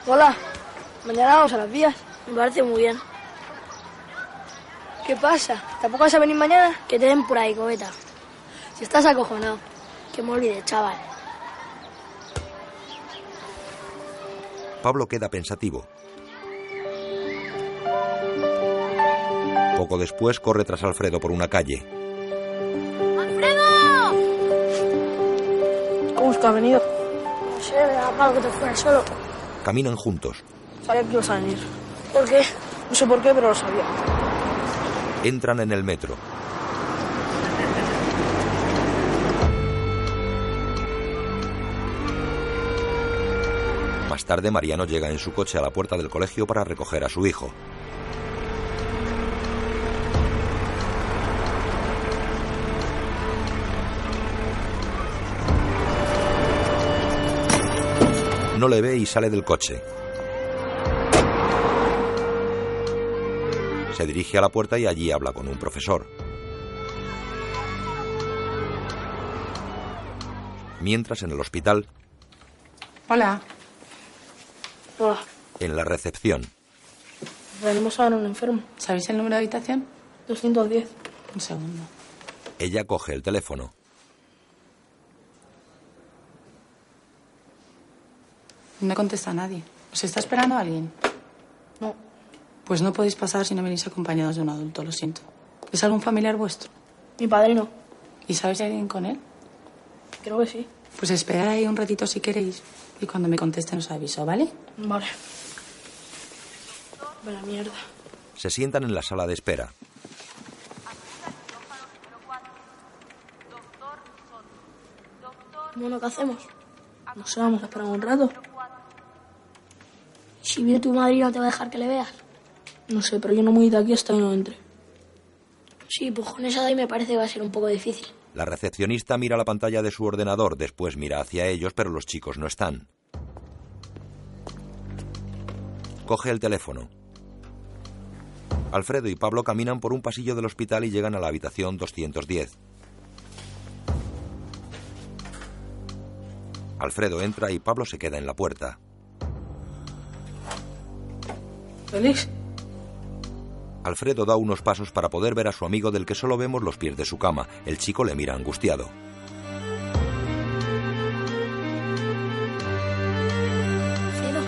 [SPEAKER 10] Hola, mañana vamos a las vías.
[SPEAKER 13] Me parece muy bien.
[SPEAKER 10] ¿Qué pasa? ¿Tampoco vas a venir mañana?
[SPEAKER 13] Que te den por ahí, cobeta.
[SPEAKER 10] Si estás acojonado.
[SPEAKER 13] Que me olvide, chaval.
[SPEAKER 3] Pablo queda pensativo. Poco después corre tras Alfredo por una calle.
[SPEAKER 19] ¡Alfredo!
[SPEAKER 7] ¿Cómo es que ha venido?
[SPEAKER 13] No sé, me da palo que te fueras solo.
[SPEAKER 3] Caminan juntos.
[SPEAKER 7] Sabía que ibas a venir.
[SPEAKER 13] ¿Por qué?
[SPEAKER 7] No sé por qué, pero lo sabía.
[SPEAKER 3] Entran en el metro. Más tarde, Mariano llega en su coche a la puerta del colegio para recoger a su hijo. No le ve y sale del coche. Se dirige a la puerta y allí habla con un profesor. Mientras en el hospital,
[SPEAKER 20] Hola,
[SPEAKER 7] Hola,
[SPEAKER 3] en la recepción,
[SPEAKER 7] venimos a ver a un enfermo.
[SPEAKER 20] ¿sabéis el número de habitación?
[SPEAKER 7] 210.
[SPEAKER 20] Un segundo.
[SPEAKER 3] ella coge el teléfono.
[SPEAKER 20] No contesta nadie. ¿Os está esperando alguien?
[SPEAKER 7] No.
[SPEAKER 20] Pues no podéis pasar si no venís acompañados de un adulto, lo siento. ¿Es algún familiar vuestro?
[SPEAKER 7] Mi padrino.
[SPEAKER 20] ¿Y sabéis de alguien con él?
[SPEAKER 7] Creo que sí.
[SPEAKER 20] Pues esperad ahí un ratito si queréis y cuando me contesten os aviso, ¿vale?
[SPEAKER 7] Vale. Vaya mierda.
[SPEAKER 3] Se sientan en la sala de espera.
[SPEAKER 7] Bueno, ¿qué hacemos? No sé, vamos a esperar un rato. Si viene tu madre y no te va a dejar que le veas.
[SPEAKER 10] No sé, pero yo no me voy de aquí hasta que no entre.
[SPEAKER 7] Sí, pues con esa de ahí me parece que va a ser un poco difícil.
[SPEAKER 3] La recepcionista mira la pantalla de su ordenador, después mira hacia ellos, pero los chicos no están. Coge el teléfono. Alfredo y Pablo caminan por un pasillo del hospital y llegan a la habitación 210. Alfredo entra y Pablo se queda en la puerta.
[SPEAKER 10] ¿Félix?
[SPEAKER 3] Alfredo da unos pasos para poder ver a su amigo del que solo vemos los pies de su cama. El chico le mira angustiado.
[SPEAKER 7] Cielo.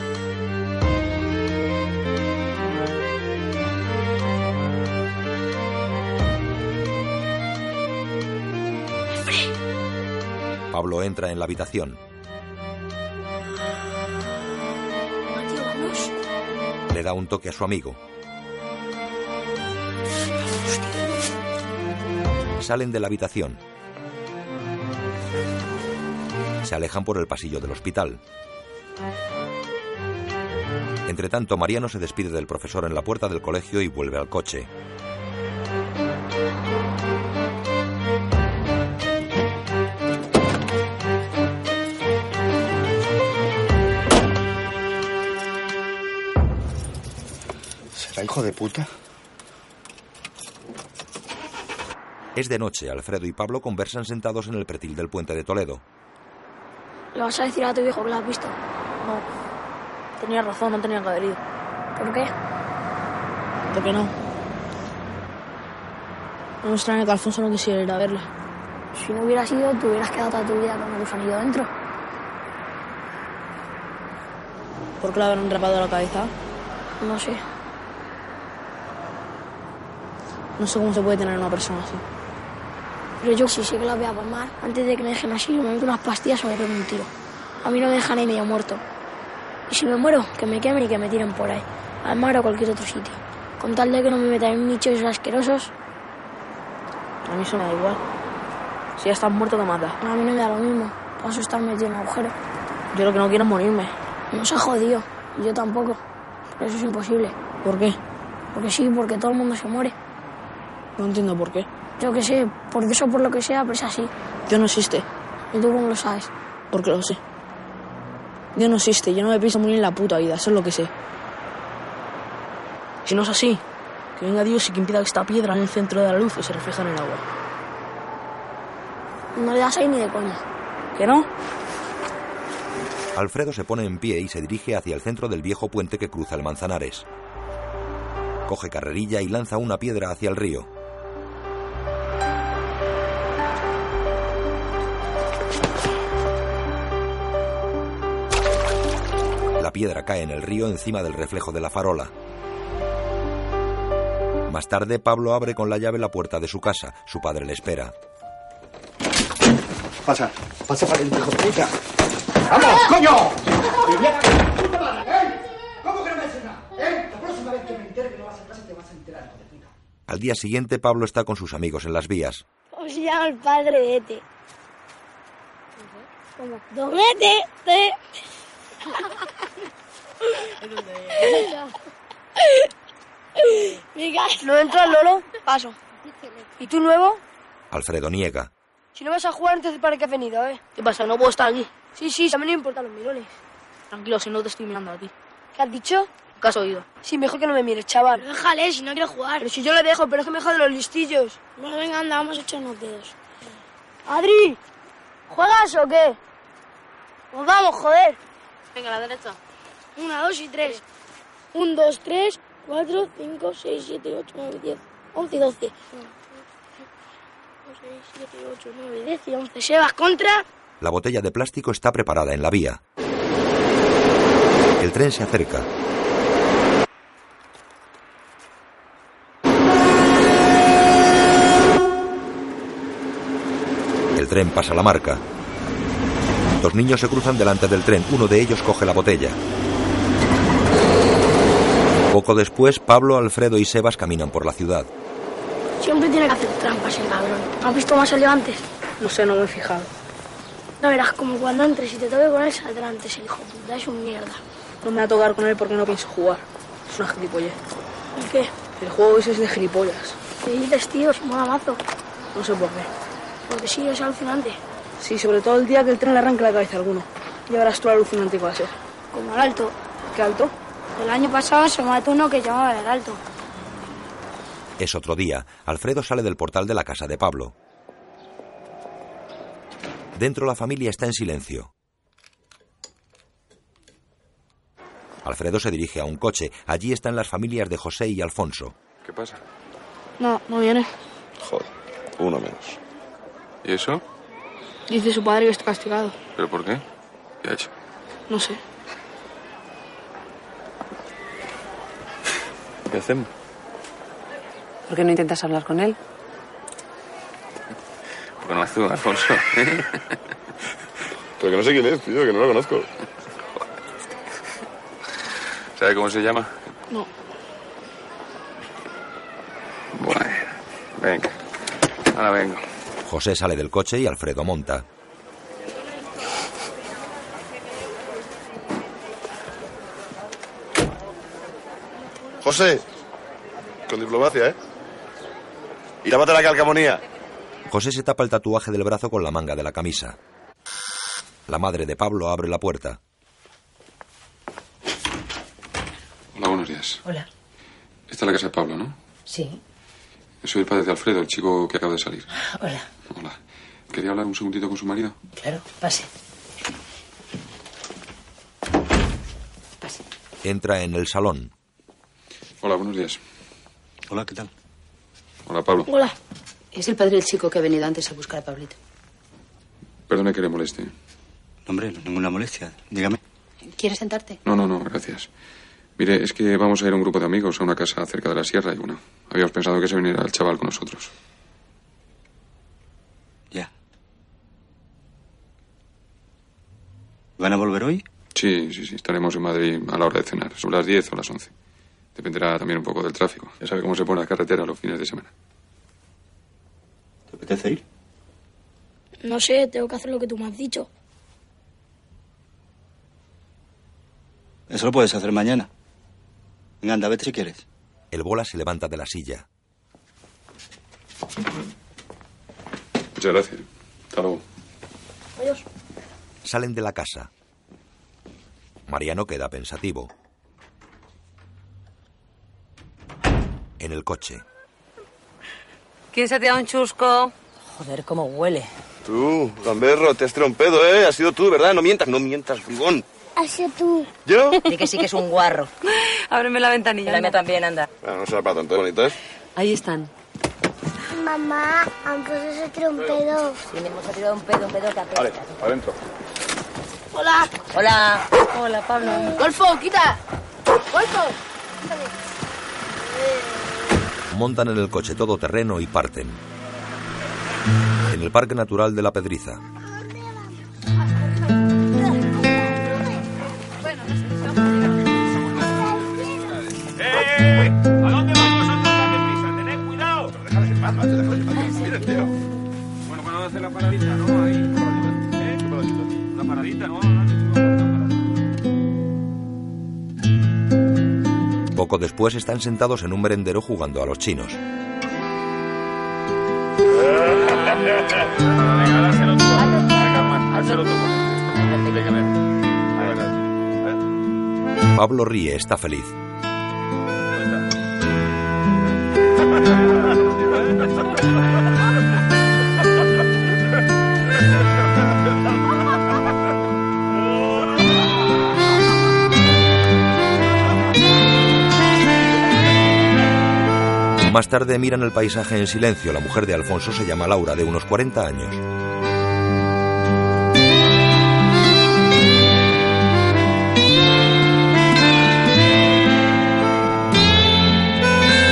[SPEAKER 3] Pablo entra en la habitación.
[SPEAKER 7] Tío, vamos.
[SPEAKER 3] Le da un toque a su amigo. Salen de la habitación. Se alejan por el pasillo del hospital. Entre tanto, Mariano se despide del profesor en la puerta del colegio y vuelve al coche.
[SPEAKER 5] ¿Será hijo de puta?
[SPEAKER 3] Es de noche. Alfredo y Pablo conversan sentados en el pretil del puente de Toledo.
[SPEAKER 7] ¿Le vas a decir a tu viejo que la has visto?
[SPEAKER 10] No. Tenía razón, no tenía que haber ido.
[SPEAKER 7] ¿Por qué?
[SPEAKER 10] ¿Por qué no? No me extraña que Alfonso no quisiera ir a verle.
[SPEAKER 7] Si no hubieras ido, te hubieras quedado toda tu vida con el gusanillo dentro.
[SPEAKER 10] ¿Por qué le habrán rapado la cabeza?
[SPEAKER 7] No sé.
[SPEAKER 10] No sé cómo se puede tener una persona así.
[SPEAKER 7] Pero yo sí sé que la voy a palmar. Antes de que me dejen así, yo me meto unas pastillas o me pego un tiro. A mí no me dejan ahí medio muerto. Y si me muero, que me quemen y que me tiren por ahí. Al mar o cualquier otro sitio. Con tal de que no me metan en nichos esos asquerosos,
[SPEAKER 10] A mí eso me da igual. Si ya estás muerto, te matas.
[SPEAKER 7] a mí no me da lo mismo. Paso a estar metido en un agujero.
[SPEAKER 10] Yo lo que no quiero es morirme.
[SPEAKER 7] No se ha jodido. Yo tampoco. Pero eso es imposible.
[SPEAKER 10] ¿Por qué?
[SPEAKER 7] Porque sí, porque todo el mundo se muere.
[SPEAKER 10] No entiendo por qué.
[SPEAKER 7] Yo qué sé, porque eso por lo que sea, pero es así.
[SPEAKER 10] Dios no existe.
[SPEAKER 7] ¿Y tú cómo lo sabes?
[SPEAKER 10] Porque lo sé. Dios no existe. Yo no me pienso morir en la puta vida. Eso es lo que sé. Si no es así, que venga Dios y que impida que esta piedra en el centro de la luz se refleje en el agua.
[SPEAKER 7] No le das ahí ni de coña.
[SPEAKER 10] ¿Que no?
[SPEAKER 3] Alfredo se pone en pie y se dirige hacia el centro del viejo puente que cruza el Manzanares. Coge carrerilla y lanza una piedra hacia el río. La piedra cae en el río encima del reflejo de la farola. Más tarde, Pablo abre con la llave la puerta de su casa. Su padre le espera.
[SPEAKER 5] Pasa, pasa para el hijo de puta. ¡Vamos, coño! eh!
[SPEAKER 21] ¿Cómo que no me haces nada? ¿Eh? La próxima vez que me entere que no vas a clase te vas a enterar, hijo de puta.
[SPEAKER 3] Al día siguiente, Pablo está con sus amigos en las vías.
[SPEAKER 22] ¿Cómo
[SPEAKER 7] Pues
[SPEAKER 22] se llama el padre de Ete? ¿Cómo? ¡Don Ete!
[SPEAKER 10] *laughs*
[SPEAKER 22] Te.
[SPEAKER 23] ¿No entras, Lolo? Paso. ¿Y tú nuevo?
[SPEAKER 3] Alfredo niega.
[SPEAKER 23] Si no vas a jugar, entonces para qué has venido, ¿eh?
[SPEAKER 10] ¿Qué pasa? No puedo estar aquí.
[SPEAKER 23] Sí, sí, también me importan los mirones.
[SPEAKER 10] Tranquilo, si no te estoy mirando a ti.
[SPEAKER 23] ¿Qué has dicho?
[SPEAKER 10] ¿Qué has oído?
[SPEAKER 23] Sí, mejor que no me mires, chaval.
[SPEAKER 7] Déjale, si no quiero jugar.
[SPEAKER 23] Pero si yo lo dejo, pero es que me de los listillos.
[SPEAKER 7] Bueno, venga, anda, vamos a echar unos dedos.
[SPEAKER 23] Adri, ¿juegas o qué? Pues vamos, joder.
[SPEAKER 6] Venga, a la derecha.
[SPEAKER 7] Una, dos y tres. Un, dos, tres, cuatro, cinco, seis, siete, ocho, nueve, diez, once y doce. Uno, seis, siete, ocho, nueve, diez y once. Sebas contra.
[SPEAKER 3] La botella de plástico está preparada en la vía. El tren se acerca. El tren pasa la marca. Dos niños se cruzan delante del tren. Uno de ellos coge la botella. Poco después, Pablo, Alfredo y Sebas caminan por la ciudad.
[SPEAKER 7] Siempre tiene que hacer trampas el cabrón. ¿Has visto más el antes? No sé, no me he fijado. No verás, como cuando entres y te toque con él, saldrá antes el hijo puta. Es un mierda.
[SPEAKER 6] No me va a tocar con él porque no pienso jugar. Es una gilipollez.
[SPEAKER 7] ¿Y qué?
[SPEAKER 6] El juego ese es de gilipollas.
[SPEAKER 7] ¿Qué dices, tío? Es mola mazo.
[SPEAKER 6] No sé por qué.
[SPEAKER 7] Porque sí, es alucinante.
[SPEAKER 6] Sí, sobre todo el día que el tren le arranque la cabeza a alguno. Ya verás tú lo alucinante que va a ser.
[SPEAKER 7] Como el alto.
[SPEAKER 6] ¿Qué alto?
[SPEAKER 7] El año pasado se mató uno que llamaba el alto.
[SPEAKER 3] Es otro día. Alfredo sale del portal de la casa de Pablo. Dentro la familia está en silencio. Alfredo se dirige a un coche. Allí están las familias de José y Alfonso.
[SPEAKER 9] ¿Qué pasa?
[SPEAKER 6] No, no viene.
[SPEAKER 24] Joder, uno menos.
[SPEAKER 9] ¿Y eso?
[SPEAKER 6] Dice su padre que está castigado.
[SPEAKER 9] ¿Pero por qué? ¿Qué ha hecho?
[SPEAKER 6] No sé.
[SPEAKER 9] ¿Qué hacemos?
[SPEAKER 25] ¿Por qué no intentas hablar con él?
[SPEAKER 9] Con Azul, Alfonso.
[SPEAKER 24] *laughs* Pero que no sé quién es, tío, que no lo conozco.
[SPEAKER 9] *laughs* ¿Sabe cómo se llama?
[SPEAKER 6] No.
[SPEAKER 9] Bueno, venga. Ahora vengo.
[SPEAKER 3] José sale del coche y Alfredo monta.
[SPEAKER 24] José, con diplomacia, ¿eh? Y lávate la calcamonía.
[SPEAKER 3] José se tapa el tatuaje del brazo con la manga de la camisa. La madre de Pablo abre la puerta.
[SPEAKER 9] Hola, buenos días.
[SPEAKER 1] Hola.
[SPEAKER 9] Esta es la casa de Pablo, ¿no?
[SPEAKER 1] Sí.
[SPEAKER 9] Soy el padre de Alfredo, el chico que acaba de salir.
[SPEAKER 1] Hola.
[SPEAKER 9] Hola. ¿Quería hablar un segundito con su marido?
[SPEAKER 1] Claro, pase.
[SPEAKER 3] Entra en el salón.
[SPEAKER 9] Hola, buenos días.
[SPEAKER 5] Hola, ¿qué tal?
[SPEAKER 9] Hola, Pablo.
[SPEAKER 1] Hola. Es el padre del chico que ha venido antes a buscar a Pablito.
[SPEAKER 9] Perdone que le moleste.
[SPEAKER 5] hombre, no, ninguna molestia. Dígame.
[SPEAKER 1] ¿Quieres sentarte?
[SPEAKER 9] No, no, no, gracias. Mire, es que vamos a ir a un grupo de amigos a una casa cerca de la Sierra y una. Habíamos pensado que se viniera el chaval con nosotros.
[SPEAKER 5] ¿Van a volver hoy?
[SPEAKER 9] Sí, sí, sí. Estaremos en Madrid a la hora de cenar, sobre las 10 o las 11. Dependerá también un poco del tráfico. Ya sabe cómo se pone la carretera los fines de semana.
[SPEAKER 5] ¿Te apetece ir?
[SPEAKER 7] No sé, tengo que hacer lo que tú me has dicho.
[SPEAKER 5] Eso lo puedes hacer mañana. Venga, anda, vete si quieres.
[SPEAKER 3] El bola se levanta de la silla.
[SPEAKER 9] Muchas gracias. Hasta luego.
[SPEAKER 7] Adiós.
[SPEAKER 3] Salen de la casa. Mariano queda pensativo. En el coche.
[SPEAKER 11] ¿Quién se te da un chusco?
[SPEAKER 1] Joder, cómo huele.
[SPEAKER 24] Tú, Uh, gamberro, te has tirado un pedo, ¿eh? Has sido tú, ¿verdad? No mientas, no mientas, bribón.
[SPEAKER 11] Así tú.
[SPEAKER 24] ¿Yo?
[SPEAKER 1] Di que sí que es un guarro.
[SPEAKER 11] *laughs* Ábreme la ventanilla.
[SPEAKER 1] La mía también, anda.
[SPEAKER 24] Bueno, no será para tanto, ¿eh? bonito, ¿eh?
[SPEAKER 1] Ahí están.
[SPEAKER 26] Mamá, aunque eso se tira un pedo.
[SPEAKER 1] Sí, mi amor, se ha tirado un pedo, un pedo que apesta.
[SPEAKER 24] adentro.
[SPEAKER 26] Hola.
[SPEAKER 1] Hola. Hola, Pablo.
[SPEAKER 26] Golfo, quita. Golfo.
[SPEAKER 3] Montan en el coche todoterreno y parten. En el Parque Natural de la Pedriza.
[SPEAKER 10] ¿A dónde vas vosotros? Date prisa, tened cuidado. Déjales en paz, macho, déjales en paz. Miren, tío. Bueno, cuando hace la paradita, ¿no? Ahí. ¿Eh? ¿Qué paradita? Una paradita, ¿no?
[SPEAKER 3] Poco después están sentados en un merendero jugando a los chinos.
[SPEAKER 10] Venga, dáselo tú. Venga, Juan, dáselo tú. Venga, ven.
[SPEAKER 3] Pablo ríe, está feliz. Más tarde miran el paisaje en silencio. La mujer de Alfonso se llama Laura, de unos 40 años.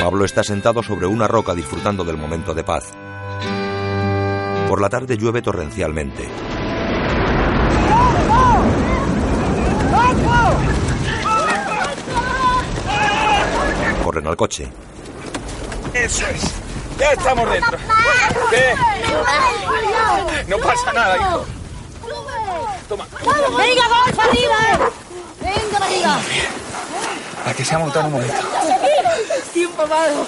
[SPEAKER 3] Pablo está sentado sobre una roca disfrutando del momento de paz. Por la tarde llueve torrencialmente.
[SPEAKER 26] ¡Golfo! ¡Golfo!
[SPEAKER 3] Corren al coche.
[SPEAKER 27] Eso es. Ya estamos dentro. ¿Qué? No pasa nada, hijo.
[SPEAKER 10] ¡Venga, vamos arriba! eh. ¡Venga, arriba!
[SPEAKER 27] A que se ha montado un momento.
[SPEAKER 10] Estoy empapado.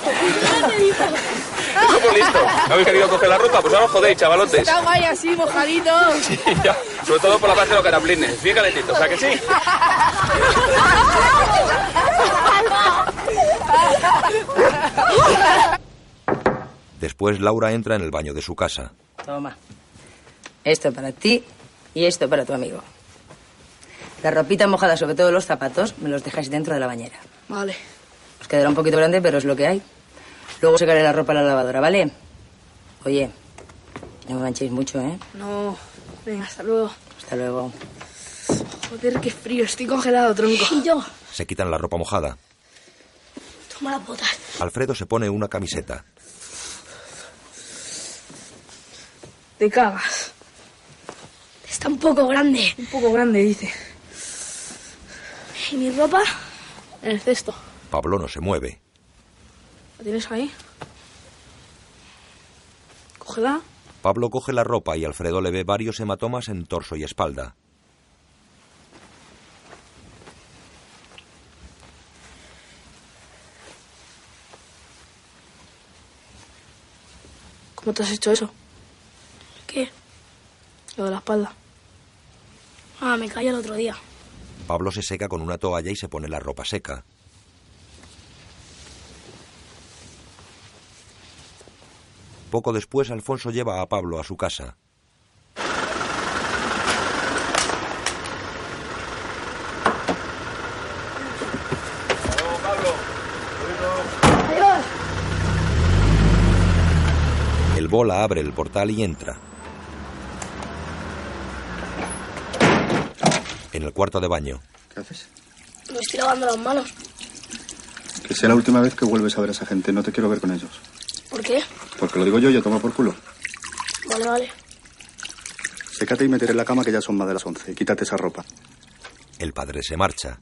[SPEAKER 27] Somos listos. ¿No habéis querido coger la ropa? Pues no os jodéis, chavalotes.
[SPEAKER 10] Está guay así, mojadito.
[SPEAKER 27] Sí, ya. Sobre todo por la parte de los cataplines. Bien calentito, o sea que sí.
[SPEAKER 10] *laughs*
[SPEAKER 3] Después Laura entra en el baño de su casa.
[SPEAKER 1] Toma. Esto para ti y esto para tu amigo. La ropita mojada, sobre todo los zapatos, me los dejáis dentro de la bañera.
[SPEAKER 7] Vale.
[SPEAKER 1] Os quedará un poquito grande, pero es lo que hay. Luego secaré la ropa a la lavadora, ¿vale? Oye, no me manchéis mucho, ¿eh?
[SPEAKER 7] No. Venga, hasta luego.
[SPEAKER 1] Hasta luego.
[SPEAKER 7] Joder, qué frío. Estoy congelado, tronco. Y yo.
[SPEAKER 3] Se quitan la ropa mojada.
[SPEAKER 7] Toma las botas.
[SPEAKER 3] Alfredo se pone una camiseta.
[SPEAKER 7] Te cagas. Está un poco grande. Un poco grande, dice. ¿Y mi ropa? En el cesto.
[SPEAKER 3] Pablo no se mueve.
[SPEAKER 7] ¿La tienes ahí? Cógela.
[SPEAKER 3] Pablo coge la ropa y Alfredo le ve varios hematomas en torso y espalda.
[SPEAKER 7] ¿Cómo te has hecho eso?
[SPEAKER 19] ¿Qué?
[SPEAKER 7] Lo de la espalda.
[SPEAKER 19] Ah, me caí el otro día.
[SPEAKER 3] Pablo se seca con una toalla y se pone la ropa seca. Poco después, Alfonso lleva a Pablo a su casa. El bola abre el portal y entra. En el cuarto de baño,
[SPEAKER 5] ¿Qué haces?
[SPEAKER 19] Me estoy lavando las manos.
[SPEAKER 5] Que sea la última vez que vuelves a ver a esa gente. No te quiero ver con ellos.
[SPEAKER 19] ¿Por qué?
[SPEAKER 5] Porque lo digo yo, yo tomo por culo.
[SPEAKER 19] Vale, vale.
[SPEAKER 5] Sécate y meteré en la cama que ya son más de las 11. Quítate esa ropa.
[SPEAKER 3] el padre se marcha.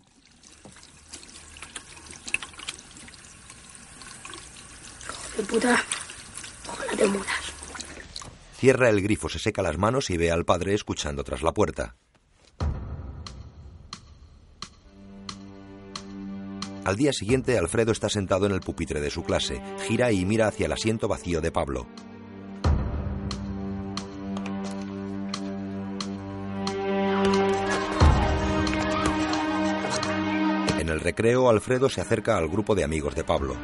[SPEAKER 19] Qué puta. Ojalá te mueras.
[SPEAKER 3] Cierra el grifo, se seca las manos y ve al padre escuchando tras la puerta. Al día siguiente, Alfredo está sentado en el pupitre de su clase, gira y mira hacia el asiento vacío de Pablo. En el recreo, Alfredo se acerca al grupo de amigos de Pablo.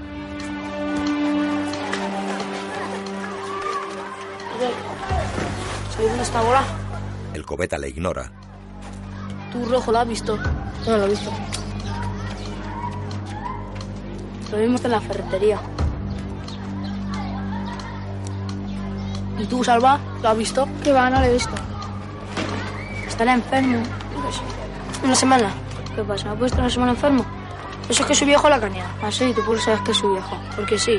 [SPEAKER 7] ¿Sabéis dónde está bola?
[SPEAKER 3] El cobeta le ignora.
[SPEAKER 7] Tú rojo la has visto. No, lo he visto. Lo vimos en la ferretería. ¿Y tú, Salva? ¿Lo has visto?
[SPEAKER 4] ¿Qué va? No lo he visto.
[SPEAKER 10] Estará enfermo.
[SPEAKER 4] Una semana. ¿Qué pasa? ¿Me ha puesto una semana enfermo? Eso es que su viejo la canea. Ah, sí, tú por sabes que es su viejo. Porque sí.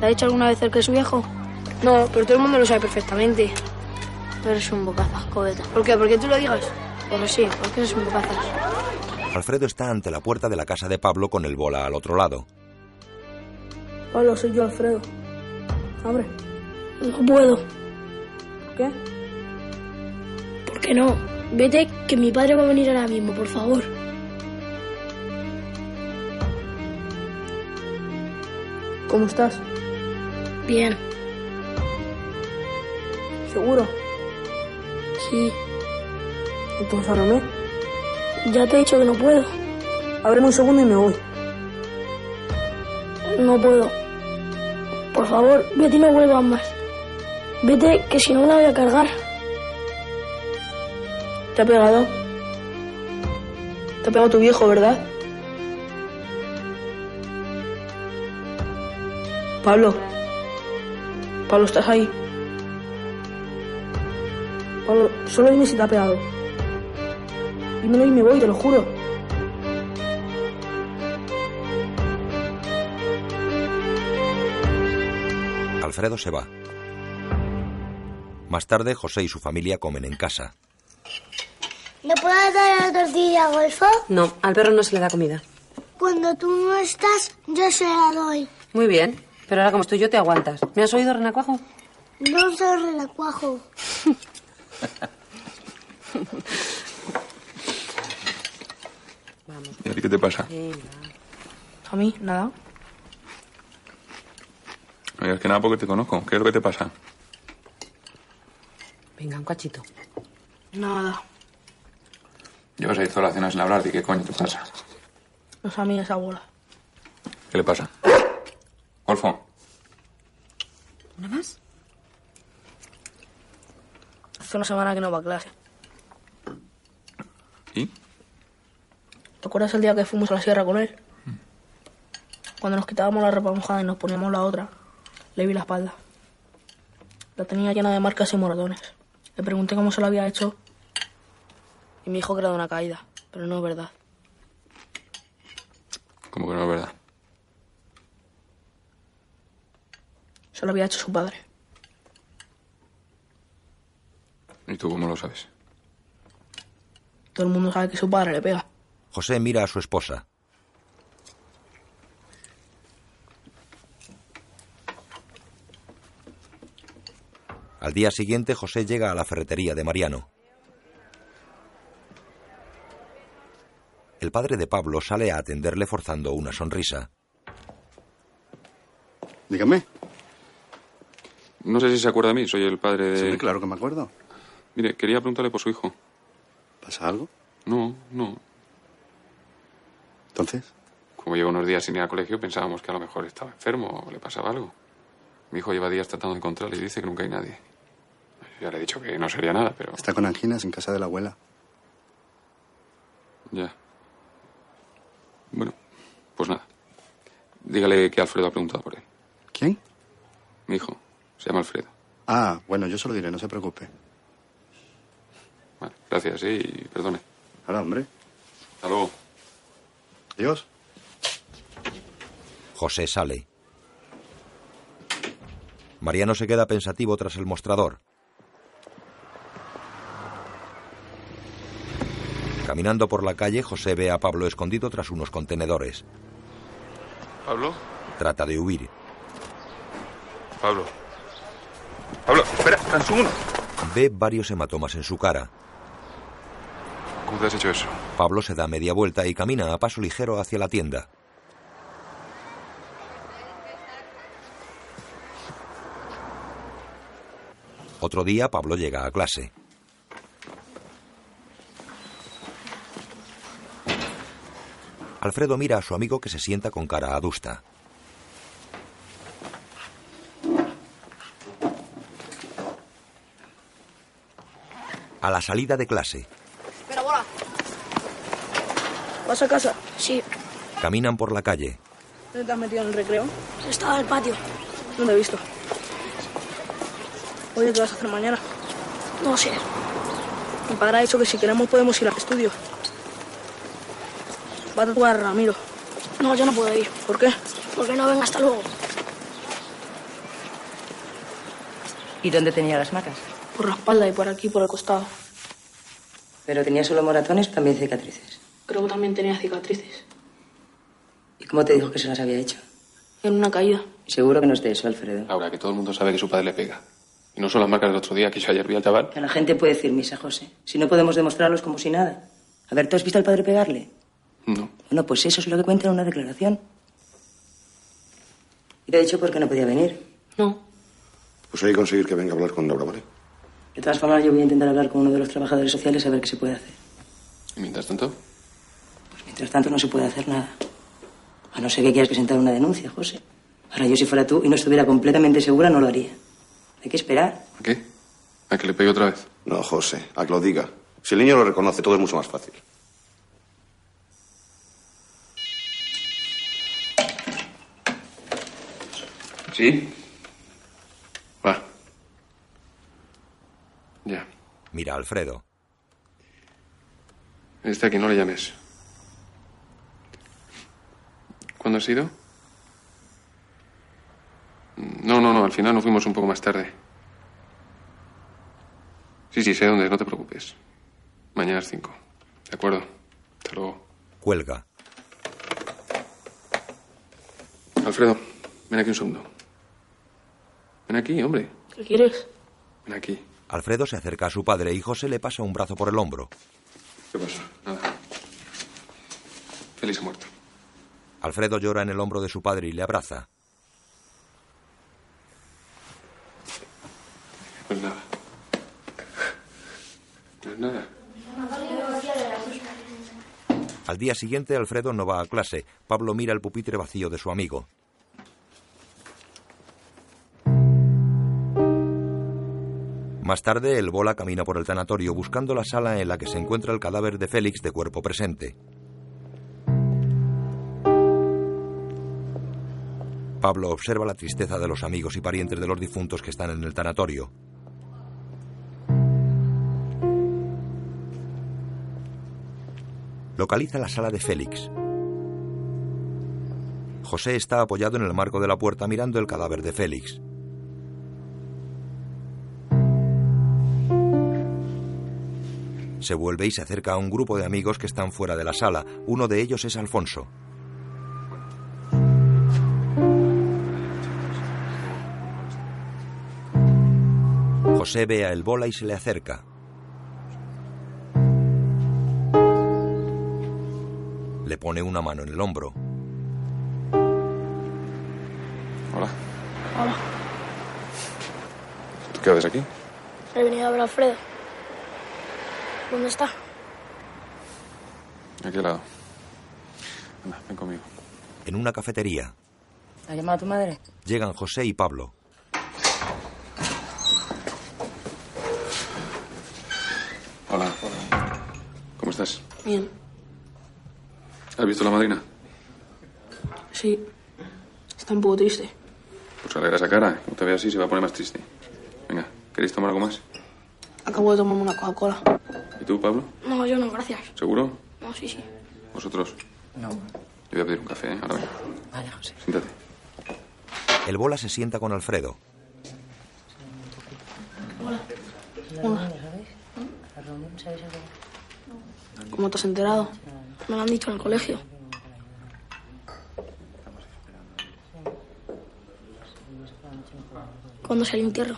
[SPEAKER 4] ¿Te ha dicho alguna vez el que es su viejo?
[SPEAKER 7] No, pero todo el mundo lo sabe perfectamente.
[SPEAKER 4] Tú eres un bocazas, cobeta.
[SPEAKER 7] ¿Por qué? ¿Por qué tú lo digas?
[SPEAKER 4] Porque sí, porque eres un bocazas.
[SPEAKER 3] Alfredo está ante la puerta de la casa de Pablo con el bola al otro lado.
[SPEAKER 7] Hola, soy yo, Alfredo. Abre.
[SPEAKER 19] No puedo.
[SPEAKER 7] ¿Qué?
[SPEAKER 19] ¿Por qué no? Vete, que mi padre va a venir ahora mismo, por favor.
[SPEAKER 7] ¿Cómo estás?
[SPEAKER 19] Bien,
[SPEAKER 7] ¿Seguro?
[SPEAKER 19] sí.
[SPEAKER 7] Entonces, Romé,
[SPEAKER 19] Ya te he dicho que no puedo.
[SPEAKER 7] ábreme un segundo y me voy.
[SPEAKER 19] No puedo. Por favor, vete y me vuelvas más. Vete, que si no la voy a cargar.
[SPEAKER 7] ¿Te ha pegado? Te ha pegado tu viejo, ¿verdad? Pablo. Pablo, ¿estás ahí? Pablo, solo dime si te ha pegado. Dímelo y me voy, te lo juro.
[SPEAKER 3] Alfredo se va. Más tarde, José y su familia comen en casa.
[SPEAKER 1] ¿Le puedo dar la tortilla, Golfo?
[SPEAKER 11] No, al perro no se le da comida.
[SPEAKER 19] Cuando tú no estás, yo se la doy.
[SPEAKER 11] Muy bien. Pero ahora como estoy yo, te aguantas. ¿Me has oído, renacuajo?
[SPEAKER 19] No se relacuajo.
[SPEAKER 9] ¿Y a ti qué te pasa?
[SPEAKER 7] *laughs* ¿A mí? Nada.
[SPEAKER 9] Oye, es que nada porque te conozco. ¿Qué es lo que te pasa?
[SPEAKER 11] Venga, un cachito.
[SPEAKER 7] Nada.
[SPEAKER 9] Llevas ahí toda la cena sin hablar. ¿Y qué coño te pasa?
[SPEAKER 7] No es a mí esa bola.
[SPEAKER 9] ¿Qué le pasa? Golfo,
[SPEAKER 7] ¿Una más? Hace una semana que no va a clase.
[SPEAKER 9] ¿Y?
[SPEAKER 7] ¿Te acuerdas el día que fuimos a la sierra con él? Cuando nos quitábamos la ropa mojada y nos poníamos la otra, le vi la espalda. La tenía llena de marcas y moratones. Le pregunté cómo se lo había hecho y me dijo que era de una caída, pero no es verdad.
[SPEAKER 9] como que no es verdad.
[SPEAKER 7] Se lo había hecho su padre.
[SPEAKER 9] ¿Y tú cómo lo sabes?
[SPEAKER 7] Todo el mundo sabe que su padre le pega.
[SPEAKER 3] José mira a su esposa. Al día siguiente, José llega a la ferretería de Mariano. El padre de Pablo sale a atenderle forzando una sonrisa.
[SPEAKER 5] Dígame.
[SPEAKER 9] No sé si se acuerda de mí, soy el padre de...
[SPEAKER 5] Sí, claro que me acuerdo.
[SPEAKER 9] Mire, quería preguntarle por su hijo.
[SPEAKER 5] ¿Pasa algo?
[SPEAKER 9] No, no.
[SPEAKER 5] ¿Entonces?
[SPEAKER 9] Como lleva unos días sin ir al colegio, pensábamos que a lo mejor estaba enfermo o le pasaba algo. Mi hijo lleva días tratando de encontrarle y dice que nunca hay nadie. Yo ya le he dicho que no sería nada, pero...
[SPEAKER 5] Está con anginas en casa de la abuela.
[SPEAKER 9] Ya. Bueno, pues nada. Dígale que Alfredo ha preguntado por él.
[SPEAKER 5] ¿Quién?
[SPEAKER 9] Mi hijo. Se llama Alfredo.
[SPEAKER 5] Ah, bueno, yo se lo diré, no se preocupe.
[SPEAKER 9] Gracias, ¿eh? Y perdone.
[SPEAKER 5] Ahora, hombre.
[SPEAKER 9] Hasta luego.
[SPEAKER 5] Adiós.
[SPEAKER 3] José sale. Mariano se queda pensativo tras el mostrador. Caminando por la calle, José ve a Pablo escondido tras unos contenedores.
[SPEAKER 9] ¿Pablo?
[SPEAKER 3] Trata de huir.
[SPEAKER 9] Pablo. Pablo, espera, Cansuno.
[SPEAKER 3] Ve varios hematomas en su cara.
[SPEAKER 9] ¿Cómo te has hecho eso?
[SPEAKER 3] Pablo se da media vuelta y camina a paso ligero hacia la tienda. Otro día Pablo llega a clase. Alfredo mira a su amigo que se sienta con cara adusta. A la salida de clase,
[SPEAKER 13] Espera, bola.
[SPEAKER 7] ¿Vas a casa? Sí.
[SPEAKER 3] caminan por la calle.
[SPEAKER 7] ¿Dónde te has metido en el recreo?
[SPEAKER 13] Estaba en el patio.
[SPEAKER 7] No te he visto. Oye, ¿qué vas a hacer mañana?
[SPEAKER 13] No sé.
[SPEAKER 7] Mi padre ha dicho que si queremos podemos ir al estudio. Va a tatuar a Ramiro.
[SPEAKER 13] No, yo no puedo ir.
[SPEAKER 7] ¿Por qué?
[SPEAKER 13] Porque no venga hasta luego.
[SPEAKER 1] ¿Y dónde tenía las marcas?
[SPEAKER 7] Por la espalda y por aquí, por el costado.
[SPEAKER 1] ¿Pero tenía solo moratones o también cicatrices?
[SPEAKER 7] Creo que también tenía cicatrices.
[SPEAKER 1] ¿Y cómo te dijo que se las había hecho?
[SPEAKER 7] En una caída.
[SPEAKER 1] Seguro que no es de eso, Alfredo.
[SPEAKER 9] Ahora que todo el mundo sabe que su padre le pega. Y no son las marcas del otro día que yo ayer vi al chaval.
[SPEAKER 1] Que la gente puede decir misa, José. Si no podemos demostrarlos como si nada. A ver, ¿tú has visto al padre pegarle?
[SPEAKER 9] No.
[SPEAKER 1] Bueno, pues eso es lo que cuenta en una declaración. Y te he dicho por qué no podía venir.
[SPEAKER 18] Pues hay que conseguir que venga a hablar con Laura, ¿vale?
[SPEAKER 1] De todas formas, yo voy a intentar hablar con uno de los trabajadores sociales a ver qué se puede hacer. Pues
[SPEAKER 9] ¿Y mientras tanto?
[SPEAKER 1] Mientras tanto, no se puede hacer nada. A no ser que quieras presentar una denuncia, José. Ahora, yo si fuera tú y no estuviera completamente segura, no lo haría. Hay que esperar.
[SPEAKER 9] ¿A qué? ¿A que le pegue otra vez?
[SPEAKER 18] No, José, a que lo diga. Si el niño lo reconoce, todo es mucho más fácil.
[SPEAKER 9] ¿Sí? Va. Ya.
[SPEAKER 3] Mira a Alfredo.
[SPEAKER 9] Este aquí no le llames. ¿Cuándo has ido? No, no, no, al final nos fuimos un poco más tarde. Sí, sí, sé dónde es, no te preocupes. Mañana a las cinco. ¿De acuerdo? Hasta luego.
[SPEAKER 3] Cuelga.
[SPEAKER 2] Alfredo, ven aquí un segundo. Ven aquí, hombre.
[SPEAKER 7] ¿Qué quieres?
[SPEAKER 2] Ven aquí.
[SPEAKER 3] Alfredo se acerca a su padre y José le pasa un brazo por el hombro.
[SPEAKER 2] ¿Qué pasa? Nada. Félix ha muerto.
[SPEAKER 3] Alfredo llora en el hombro de su padre y le abraza.
[SPEAKER 2] No es nada. No es nada.
[SPEAKER 3] Al día siguiente, Alfredo no va a clase. Pablo mira el pupitre vacío de su amigo. Más tarde, el bola camina por el tanatorio buscando la sala en la que se encuentra el cadáver de Félix de cuerpo presente. Pablo observa la tristeza de los amigos y parientes de los difuntos que están en el tanatorio. Localiza la sala de Félix. José está apoyado en el marco de la puerta mirando el cadáver de Félix. Se vuelve y se acerca a un grupo de amigos que están fuera de la sala. Uno de ellos es Alfonso. José ve a El Bola y se le acerca. Le pone una mano en el hombro.
[SPEAKER 2] Hola.
[SPEAKER 19] Hola.
[SPEAKER 2] ¿Tú qué haces aquí?
[SPEAKER 19] He venido a ver a Alfredo. ¿Dónde está?
[SPEAKER 2] ¿De qué lado? Anda, ven conmigo.
[SPEAKER 3] En una cafetería
[SPEAKER 28] ¿Ha llamado a tu madre?
[SPEAKER 3] llegan José y Pablo.
[SPEAKER 2] Hola. ¿Cómo estás?
[SPEAKER 7] Bien.
[SPEAKER 2] ¿Has visto a la madrina?
[SPEAKER 7] Sí. Está un poco triste.
[SPEAKER 2] Pues alegra esa
[SPEAKER 9] ¿eh?
[SPEAKER 2] cara. Como te vea así, se va a poner más triste. Venga, ¿queréis tomar algo más?
[SPEAKER 7] Acabo de tomarme una Coca-Cola.
[SPEAKER 2] ¿Y tú, Pablo?
[SPEAKER 7] No, yo no, gracias.
[SPEAKER 2] ¿Seguro?
[SPEAKER 7] No, sí, sí.
[SPEAKER 2] ¿Vosotros?
[SPEAKER 7] No.
[SPEAKER 2] Yo voy a pedir un café, ¿eh? Ahora vengo.
[SPEAKER 1] Vale, José.
[SPEAKER 2] Siéntate.
[SPEAKER 3] El Bola se sienta con Alfredo.
[SPEAKER 1] Ah.
[SPEAKER 7] ¿Cómo te has enterado? Me lo han dicho en el colegio.
[SPEAKER 19] ¿Cuándo es el entierro?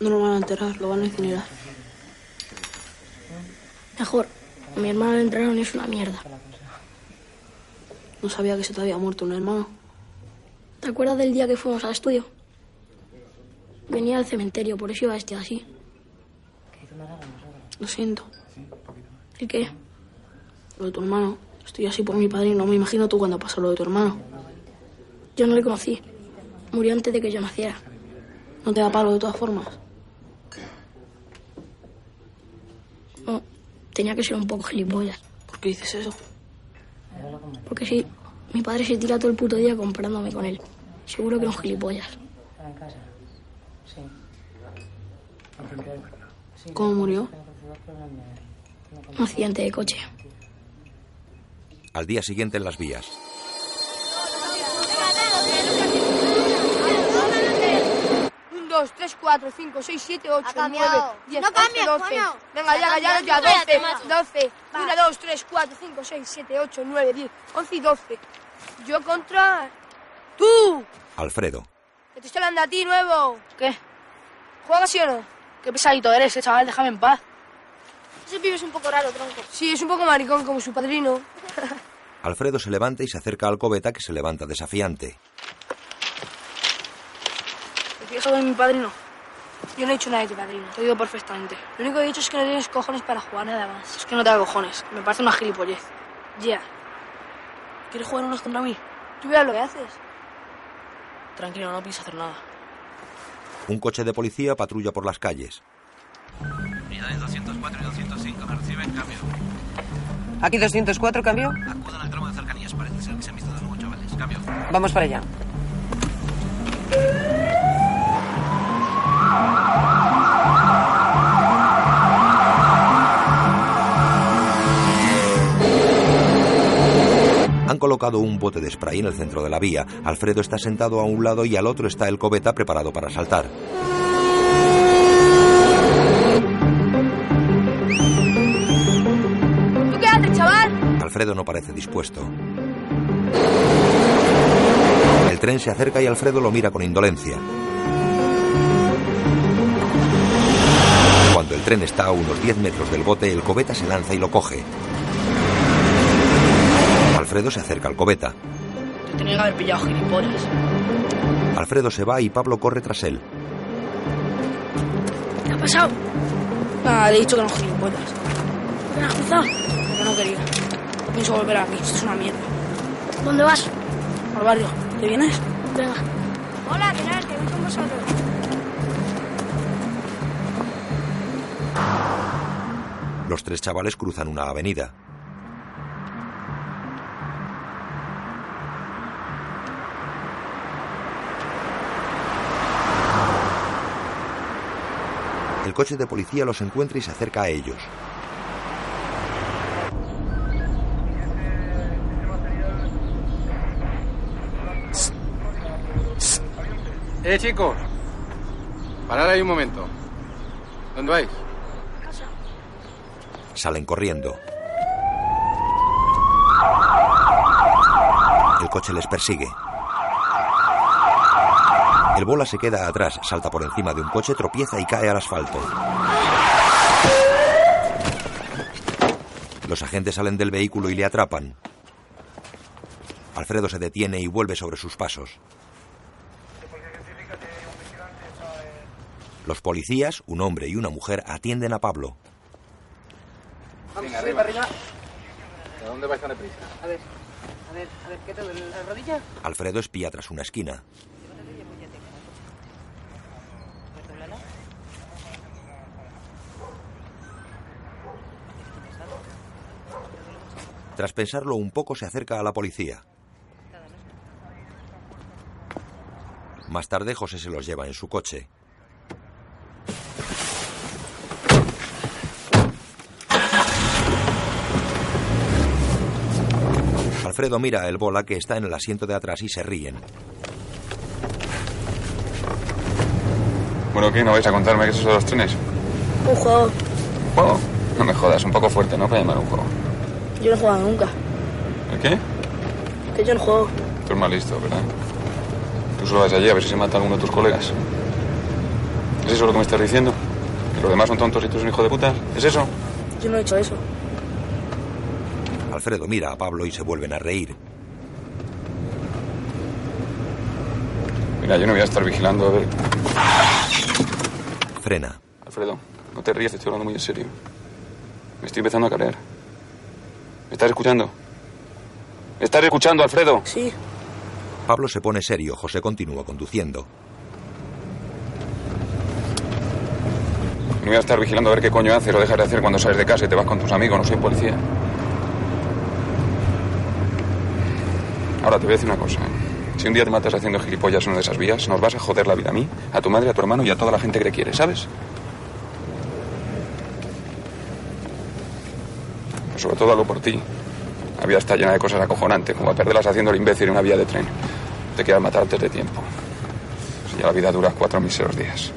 [SPEAKER 7] No lo van a enterrar, lo van a incinerar.
[SPEAKER 19] Mejor. A mi hermano le entraron y es una mierda.
[SPEAKER 7] No sabía que se te había muerto un hermano.
[SPEAKER 19] ¿Te acuerdas del día que fuimos al estudio? Venía al cementerio, por eso iba vestido así.
[SPEAKER 7] Lo siento.
[SPEAKER 19] ¿El qué?
[SPEAKER 7] Lo de tu hermano. Estoy así por mi padrino. Me imagino tú cuando pasó lo de tu hermano.
[SPEAKER 19] Yo no le conocí. Murió antes de que yo naciera.
[SPEAKER 7] No te da palo de todas formas.
[SPEAKER 19] No, tenía que ser un poco gilipollas.
[SPEAKER 7] ¿Por qué dices eso?
[SPEAKER 19] Porque sí, mi padre se tira todo el puto día comparándome con él. Seguro que era un gilipollas.
[SPEAKER 7] en casa? ¿Cómo murió?
[SPEAKER 19] Un accidente de coche.
[SPEAKER 3] Al día siguiente en las vías.
[SPEAKER 10] Un, dos, tres, cuatro, cinco, seis, siete, ocho,
[SPEAKER 28] cambiado.
[SPEAKER 10] nueve, diez,
[SPEAKER 28] No
[SPEAKER 10] once,
[SPEAKER 28] cambies,
[SPEAKER 10] doce.
[SPEAKER 28] coño.
[SPEAKER 10] Venga, ya, ya, ya,
[SPEAKER 28] Cámbiate,
[SPEAKER 10] doce,
[SPEAKER 28] macho.
[SPEAKER 10] doce.
[SPEAKER 28] Va.
[SPEAKER 10] Una, dos, tres, cuatro, cinco, seis, siete, ocho, nueve, diez, once y doce. Yo contra... ¡Tú!
[SPEAKER 3] Alfredo.
[SPEAKER 10] Que te estoy hablando a ti, nuevo.
[SPEAKER 4] ¿Qué?
[SPEAKER 10] ¿Juegas sí o no?
[SPEAKER 4] Qué pesadito eres, eh, chaval, déjame en paz.
[SPEAKER 10] Ese pibe es un poco raro, tronco. Sí, es un poco maricón como su padrino.
[SPEAKER 3] Alfredo se levanta y se acerca al cobeta que se levanta desafiante.
[SPEAKER 7] ¿Te quieres saber de mi padrino?
[SPEAKER 10] Yo no he hecho nada de tu padrino.
[SPEAKER 7] Te digo perfectamente.
[SPEAKER 10] Lo único que he dicho es que no tienes cojones para jugar nada más.
[SPEAKER 7] Es que no te da cojones. Me parece una gilipollez.
[SPEAKER 10] Ya.
[SPEAKER 7] ¿Quieres jugar unos contra mí?
[SPEAKER 10] Tú veas lo que haces.
[SPEAKER 7] Tranquilo, no pienso hacer nada.
[SPEAKER 3] Un coche de policía patrulla por las calles.
[SPEAKER 27] Unidades 204 y 205 reciben cambio.
[SPEAKER 11] Aquí 204, cambio.
[SPEAKER 27] Acudan al tramo de cercanías. Parece ser que se han visto de nuevo, chavales. Cambio.
[SPEAKER 11] Vamos para allá.
[SPEAKER 3] Han colocado un bote de spray en el centro de la vía. Alfredo está sentado a un lado y al otro está el cobeta preparado para saltar.
[SPEAKER 10] ¿Tú qué haces, chaval?
[SPEAKER 3] Alfredo no parece dispuesto. El tren se acerca y Alfredo lo mira con indolencia. Cuando el tren está a unos 10 metros del bote, el cobeta se lanza y lo coge. Alfredo se acerca al cobeta.
[SPEAKER 7] Te tenía que haber pillado gilipollas.
[SPEAKER 3] Alfredo se va y Pablo corre tras él.
[SPEAKER 7] ¿Qué ha pasado? Ah, le he dicho que no gilipollas.
[SPEAKER 19] ¿Me has cruzado?
[SPEAKER 7] Porque no quería. No Pienso volver aquí, esto es una mierda.
[SPEAKER 19] ¿Dónde vas?
[SPEAKER 7] Al barrio. ¿Te vienes?
[SPEAKER 19] Venga.
[SPEAKER 10] Hola, ¿qué tal? Te voy con vosotros.
[SPEAKER 3] Los tres chavales cruzan una avenida. El coche de policía los encuentra y se acerca a ellos.
[SPEAKER 29] Eh, chicos. Parad ahí un momento. ¿Dónde vais?
[SPEAKER 3] Salen corriendo. El coche les persigue. El bola se queda atrás, salta por encima de un coche, tropieza y cae al asfalto. Los agentes salen del vehículo y le atrapan. Alfredo se detiene y vuelve sobre sus pasos. Los policías, un hombre y una mujer, atienden a Pablo.
[SPEAKER 29] Vamos,
[SPEAKER 17] arriba.
[SPEAKER 29] arriba. ¿A dónde vais tan prisa?
[SPEAKER 17] A ver, a ver, a ver, ¿qué te duele? ¿La rodilla?
[SPEAKER 3] Alfredo espía tras una esquina. Tras pensarlo un poco, se acerca a la policía. Más tarde, José se los lleva en su coche. Alfredo mira a el bola que está en el asiento de atrás y se ríen.
[SPEAKER 9] Bueno, ¿qué? ¿No vais a contarme qué es eso de los trenes?
[SPEAKER 7] Un juego.
[SPEAKER 9] ¿Juego? No me jodas, un poco fuerte, ¿no? Para llamar un juego.
[SPEAKER 7] Yo no he jugado nunca.
[SPEAKER 9] ¿El qué?
[SPEAKER 7] Que yo no juego.
[SPEAKER 9] Tú eres más listo, ¿verdad? Tú solo vas allí a ver si se mata alguno de tus colegas. ¿Es eso lo que me estás diciendo? ¿Que los demás son tontos y tú eres un hijo de puta? ¿Es eso?
[SPEAKER 7] Yo no he hecho eso.
[SPEAKER 3] Alfredo mira a Pablo y se vuelven a reír.
[SPEAKER 9] Mira, yo no voy a estar vigilando eh. a ver.
[SPEAKER 3] Frena.
[SPEAKER 9] Alfredo, no te rías, te estoy hablando muy en serio. Me estoy empezando a caer. ¿Me estás escuchando? ¿Me estás escuchando, Alfredo?
[SPEAKER 7] Sí.
[SPEAKER 3] Pablo se pone serio, José continúa conduciendo.
[SPEAKER 9] No voy a estar vigilando a ver qué coño haces o dejas de hacer cuando sales de casa y te vas con tus amigos. No soy policía. Ahora te voy a decir una cosa. ¿eh? Si un día te matas haciendo gilipollas en una de esas vías, nos vas a joder la vida a mí, a tu madre, a tu hermano y a toda la gente que te quiere, ¿sabes? Pero sobre todo hablo por ti. La vida está llena de cosas acojonantes, como a perderlas haciendo el imbécil en una vía de tren. Te quieras matar antes de tiempo. Si ya la vida dura cuatro miseros días.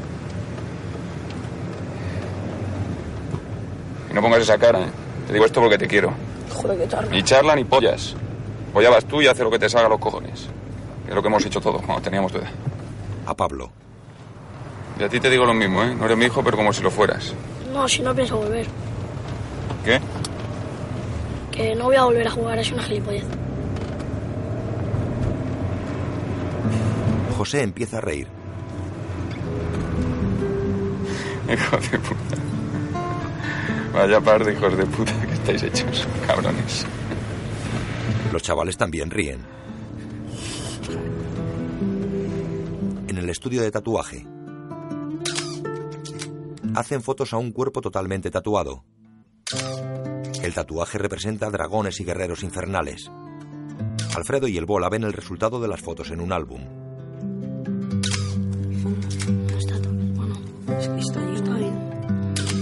[SPEAKER 9] Y no pongas esa cara, ¿eh? Te digo esto porque te quiero.
[SPEAKER 7] Joder, qué charla.
[SPEAKER 9] Ni charla ni pollas. Polla vas tú y hace lo que te salga a los cojones. Que es lo que hemos hecho todos cuando teníamos tu edad.
[SPEAKER 3] A Pablo.
[SPEAKER 9] Y a ti te digo lo mismo, ¿eh? No eres mi hijo, pero como si lo fueras.
[SPEAKER 19] No, si no pienso volver.
[SPEAKER 9] ¿Qué?
[SPEAKER 19] Que no voy a volver a jugar, es una gilipollez.
[SPEAKER 3] José empieza a reír.
[SPEAKER 9] Hijo de puta. Vaya par de hijos de puta que estáis hechos, cabrones.
[SPEAKER 3] Los chavales también ríen. En el estudio de tatuaje. Hacen fotos a un cuerpo totalmente tatuado. El tatuaje representa dragones y guerreros infernales. Alfredo y el Bola ven el resultado de las fotos en un álbum.
[SPEAKER 7] Es que está ahí, está ahí.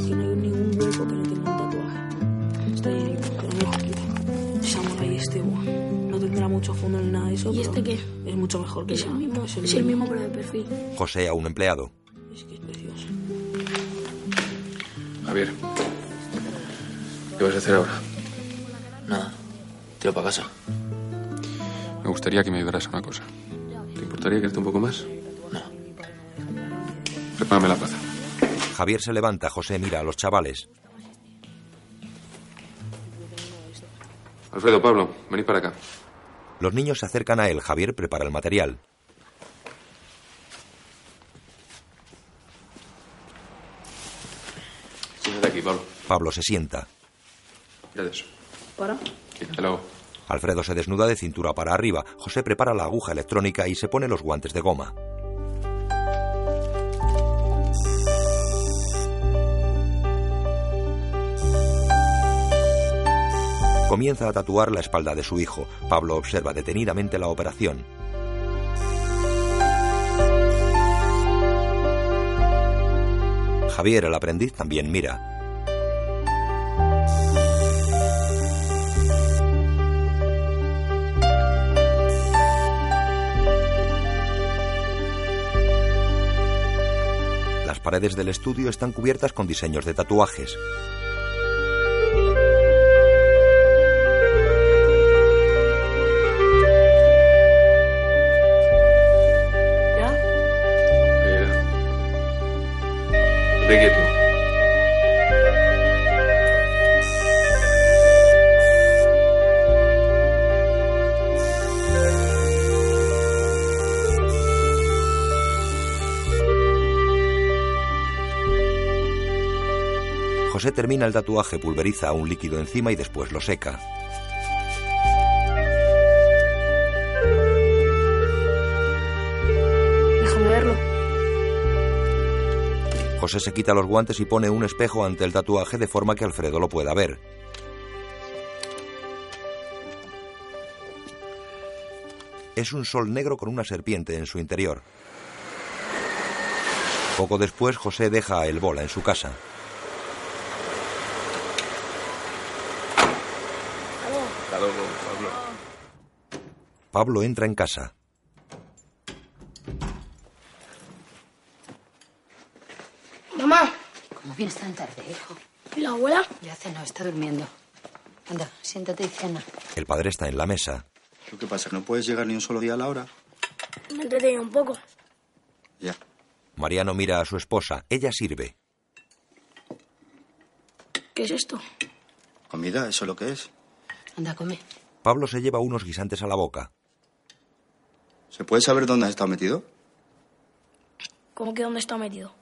[SPEAKER 7] Que no hay ningún hueco que no tenga un tatuaje. Está ahí, que lo dejo aquí. Esa mola y este, buah. No tendrá mucho fondo ni nada de eso.
[SPEAKER 19] ¿Y este
[SPEAKER 7] pero Es mucho mejor que
[SPEAKER 19] Es el
[SPEAKER 7] esa.
[SPEAKER 19] mismo, es el mismo, pero de perfil.
[SPEAKER 3] José a un empleado.
[SPEAKER 9] Javier. ¿Qué vas a hacer ahora?
[SPEAKER 14] Nada. Tiro para casa.
[SPEAKER 9] Me gustaría que me ayudaras a una cosa. gustaría quedarte un poco más? Prepárame la plaza.
[SPEAKER 3] Javier se levanta, José mira a los chavales.
[SPEAKER 9] Alfredo, Pablo, venid para acá.
[SPEAKER 3] Los niños se acercan a él, Javier prepara el material.
[SPEAKER 9] Siéntate aquí, Pablo.
[SPEAKER 3] Pablo se sienta.
[SPEAKER 9] Mira eso.
[SPEAKER 30] ¿Para?
[SPEAKER 9] Quítate luego.
[SPEAKER 3] Alfredo se desnuda de cintura para arriba, José prepara la aguja electrónica y se pone los guantes de goma. Comienza a tatuar la espalda de su hijo. Pablo observa detenidamente la operación. Javier, el aprendiz, también mira. Las paredes del estudio están cubiertas con diseños de tatuajes.
[SPEAKER 10] *laughs*
[SPEAKER 9] Mira. De Eh, quieto.
[SPEAKER 3] José termina el tatuaje, pulveriza un líquido encima y después lo seca.
[SPEAKER 31] Déjame verlo.
[SPEAKER 3] José se quita los guantes y pone un espejo ante el tatuaje de forma que Alfredo lo pueda ver. Es un sol negro con una serpiente en su interior. Poco después, José deja a El Bola en su casa. Pablo entra en casa.
[SPEAKER 7] Mamá,
[SPEAKER 6] ¿Cómo vienes tan tarde, hijo?
[SPEAKER 7] ¿y la abuela?
[SPEAKER 6] Ya no está durmiendo. Anda, siéntate y cena.
[SPEAKER 3] El padre está en la mesa.
[SPEAKER 5] ¿Lo que pasa? ¿No puedes llegar ni un solo día a la hora?
[SPEAKER 7] Me entretenía un poco.
[SPEAKER 3] Mariano mira a su esposa. Ella sirve.
[SPEAKER 7] ¿Qué es esto?
[SPEAKER 5] Comida, Ah, eso es lo que es.
[SPEAKER 6] Anda, come.
[SPEAKER 3] Pablo se lleva unos guisantes a la boca.
[SPEAKER 5] ¿Se puede saber dónde has estado metido?
[SPEAKER 7] ¿Cómo que dónde está metido?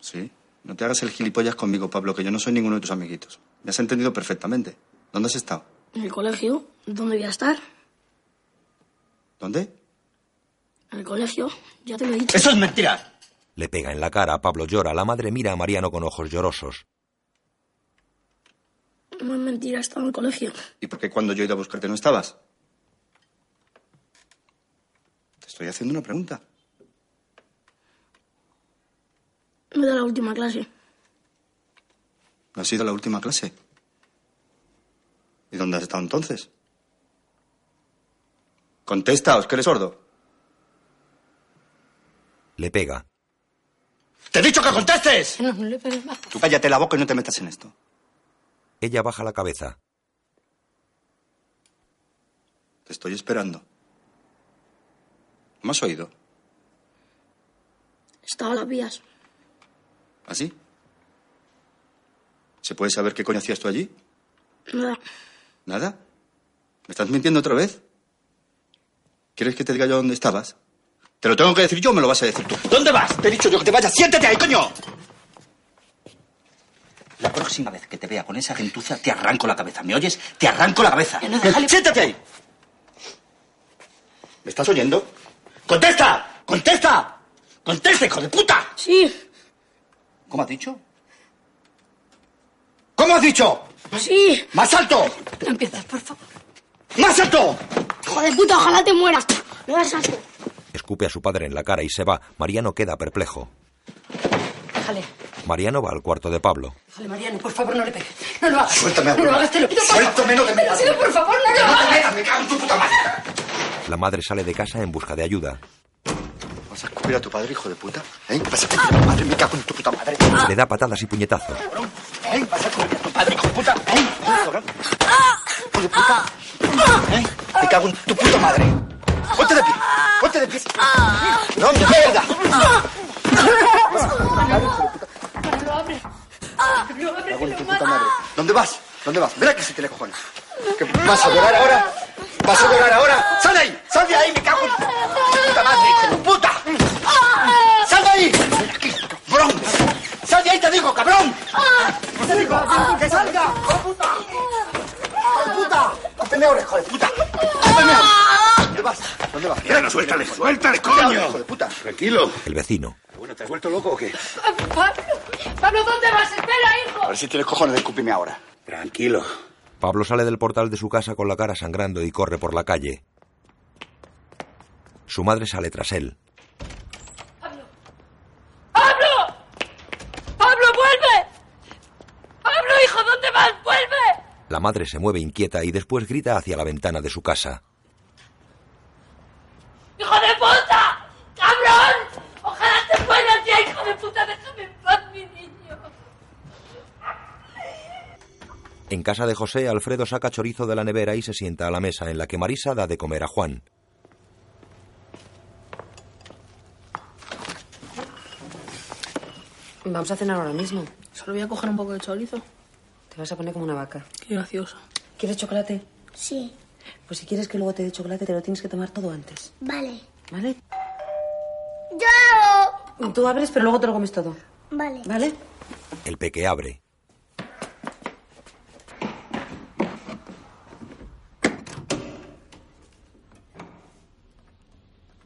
[SPEAKER 5] Sí. No te hagas el gilipollas conmigo, Pablo, que yo no soy ninguno de tus amiguitos. Me has entendido perfectamente. ¿Dónde has estado?
[SPEAKER 7] ¿En el colegio? ¿Dónde voy a estar?
[SPEAKER 5] ¿Dónde?
[SPEAKER 7] ¿En el colegio? Ya te lo he dicho.
[SPEAKER 5] ¡Eso es mentira!
[SPEAKER 3] Le pega en la cara. Pablo llora. La madre mira a Mariano con ojos llorosos.
[SPEAKER 7] No es mentira, estaba en el colegio.
[SPEAKER 5] ¿Y por qué cuando yo he ido a buscarte no estabas? Te estoy haciendo una pregunta.
[SPEAKER 7] Me da la última clase.
[SPEAKER 5] ¿No has ido a la última clase? ¿Y dónde has estado entonces? Contestaos, que eres sordo.
[SPEAKER 3] Le pega.
[SPEAKER 5] ¡Te he dicho que contestes!
[SPEAKER 6] No, no le pegues más.
[SPEAKER 5] Tú cállate la boca y no te metas en esto.
[SPEAKER 3] Ella baja la cabeza.
[SPEAKER 5] Te estoy esperando. ¿Me has oído?
[SPEAKER 7] Estaba a las vías.
[SPEAKER 5] ¿Así? ¿Se puede saber qué coño hacías tú allí?
[SPEAKER 7] Nada.
[SPEAKER 5] ¿Nada? ¿Me estás mintiendo otra vez? ¿Quieres que te diga yo dónde estabas? ¿Te lo tengo que decir yo o me lo vas a decir tú? ¿Dónde vas? Te he dicho yo que te vayas. ¡Siéntate ahí, coño! La próxima vez que te vea con esa gentuza, te arranco la cabeza. ¿Me oyes? Te arranco la cabeza. Eh, ¡Siéntate ahí! ¿Me estás oyendo? ¡Contesta! ¡Contesta! ¡Contesta, hijo de puta!
[SPEAKER 7] Sí,
[SPEAKER 5] ¿Cómo has dicho? ¿Cómo has dicho?
[SPEAKER 7] sí.
[SPEAKER 5] ¡Más alto!
[SPEAKER 6] No empiezas, por favor.
[SPEAKER 5] ¡Más alto!
[SPEAKER 7] Hijo de puta, ojalá te mueras. No hagas asco.
[SPEAKER 3] Escupe a su padre en la cara y se va. Mariano queda perplejo.
[SPEAKER 6] Déjale,
[SPEAKER 3] Mariano va al cuarto de Pablo.
[SPEAKER 6] déjale, Mariano, por favor, no le pegues. No lo hagas.
[SPEAKER 5] Suéltame,
[SPEAKER 6] No lo hagas, te lo pido. por favor.
[SPEAKER 5] Suéltame, no te metas.
[SPEAKER 6] Te lo pido, por favor, no lo hagas.
[SPEAKER 5] ¡Me cago en tu puta madre!
[SPEAKER 3] La madre sale de casa en busca de ayuda.
[SPEAKER 5] ¿Vas a escupir a tu padre, hijo de puta? ¿Eh? ¿Vas a escupir a tu padre? ¡Me cago en tu puta madre!
[SPEAKER 3] Le da patadas y puñetazos.
[SPEAKER 5] ¿Eh? ¿Vas a escupir a tu padre, hijo de puta? ¿Eh? cabrón? ¡Hijo de puta! ¿Eh? ¡Me cago en tu puta madre! ¡Ponte de pie! ¡Ponte de pie!
[SPEAKER 32] ¡No me pega!
[SPEAKER 33] ¡Lo abre! ¡Lo abre!
[SPEAKER 21] Cago en tu puta madre. ¿Dónde vas? ¿Dónde vas? Verá que si te le cojones. ¿Que ¿Vas a llorar ahora? ¿Vas a llorar ahora? ¡Sal de ahí! ¡Sal de ahí! ¡Me cago en tu puta madre! hijo de puta! ¡Sal de ahí! Ven aquí, cabrón! ¡Sal de ahí, te digo, cabrón! ¡Te digo, que salga! ¡Hijo de puta! ¡Hijo de puta! ¡Hazme ahora, hijo de puta! ¡Hazme ahora! ¿Dónde vas? ¿Dónde vas?
[SPEAKER 34] Mierda, suéltale, suéltale, coño.
[SPEAKER 21] ¡Hijo de puta!
[SPEAKER 34] Tranquilo.
[SPEAKER 3] El vecino.
[SPEAKER 21] Bueno, ¿te has vuelto loco o qué?
[SPEAKER 10] ¡Pablo! ¡Pablo, ¿dónde vas? ¡Espera, hijo!
[SPEAKER 21] A ver si tienes cojones de escupirme ahora.
[SPEAKER 34] Tranquilo.
[SPEAKER 3] Pablo sale del portal de su casa con la cara sangrando y corre por la calle. Su madre sale tras él.
[SPEAKER 10] ¡Pablo! ¡Pablo, vuelve! ¡Pablo, hijo, ¿dónde vas? ¡Vuelve!
[SPEAKER 3] La madre se mueve inquieta y después grita hacia la ventana de su casa.
[SPEAKER 10] ¡Hijo de puta! ¡Cabrón! ¡Ojalá te mueras ya, hijo de puta! ¡Déjame en paz, mi niño!
[SPEAKER 3] En casa de José, Alfredo saca chorizo de la nevera y se sienta a la mesa en la que Marisa da de comer a Juan.
[SPEAKER 11] Vamos a cenar ahora mismo.
[SPEAKER 35] Solo voy a coger un poco de chorizo.
[SPEAKER 11] Te vas a poner como una vaca.
[SPEAKER 35] Qué gracioso.
[SPEAKER 11] ¿Quieres chocolate?
[SPEAKER 7] Sí,
[SPEAKER 11] Pues si quieres que luego te dé chocolate, te lo tienes que tomar todo antes.
[SPEAKER 7] vale.
[SPEAKER 11] ¿Vale?
[SPEAKER 7] ¡Yo hago!
[SPEAKER 11] Tú abres, pero luego te lo comes todo.
[SPEAKER 7] Vale.
[SPEAKER 11] ¿Vale?
[SPEAKER 3] El peque abre.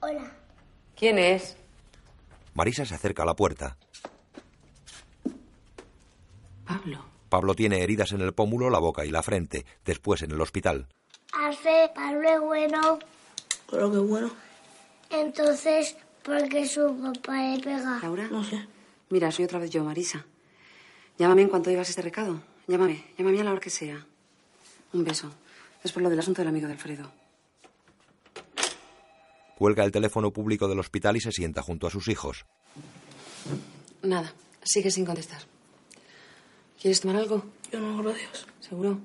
[SPEAKER 7] Hola.
[SPEAKER 36] ¿Quién es?
[SPEAKER 3] Marisa se acerca a la puerta.
[SPEAKER 11] Pablo.
[SPEAKER 3] Pablo tiene heridas en el pómulo, la boca y la frente, después en el hospital.
[SPEAKER 7] Hace Pablo es bueno,
[SPEAKER 35] Creo que es bueno.
[SPEAKER 7] entonces, ¿por qué su papá le pega?
[SPEAKER 11] ¿Laura?
[SPEAKER 35] No sé.
[SPEAKER 11] Mira, soy otra vez yo, Marisa. Llámame en cuanto digas este recado. Llámame, llámame a la hora que sea. Un beso. Es por lo del asunto del amigo de Alfredo.
[SPEAKER 3] Cuelga el teléfono público del hospital y se sienta junto a sus hijos.
[SPEAKER 11] Nada, sigue sin contestar. ¿Quieres tomar algo?
[SPEAKER 35] Yo no, gracias.
[SPEAKER 11] ¿Seguro?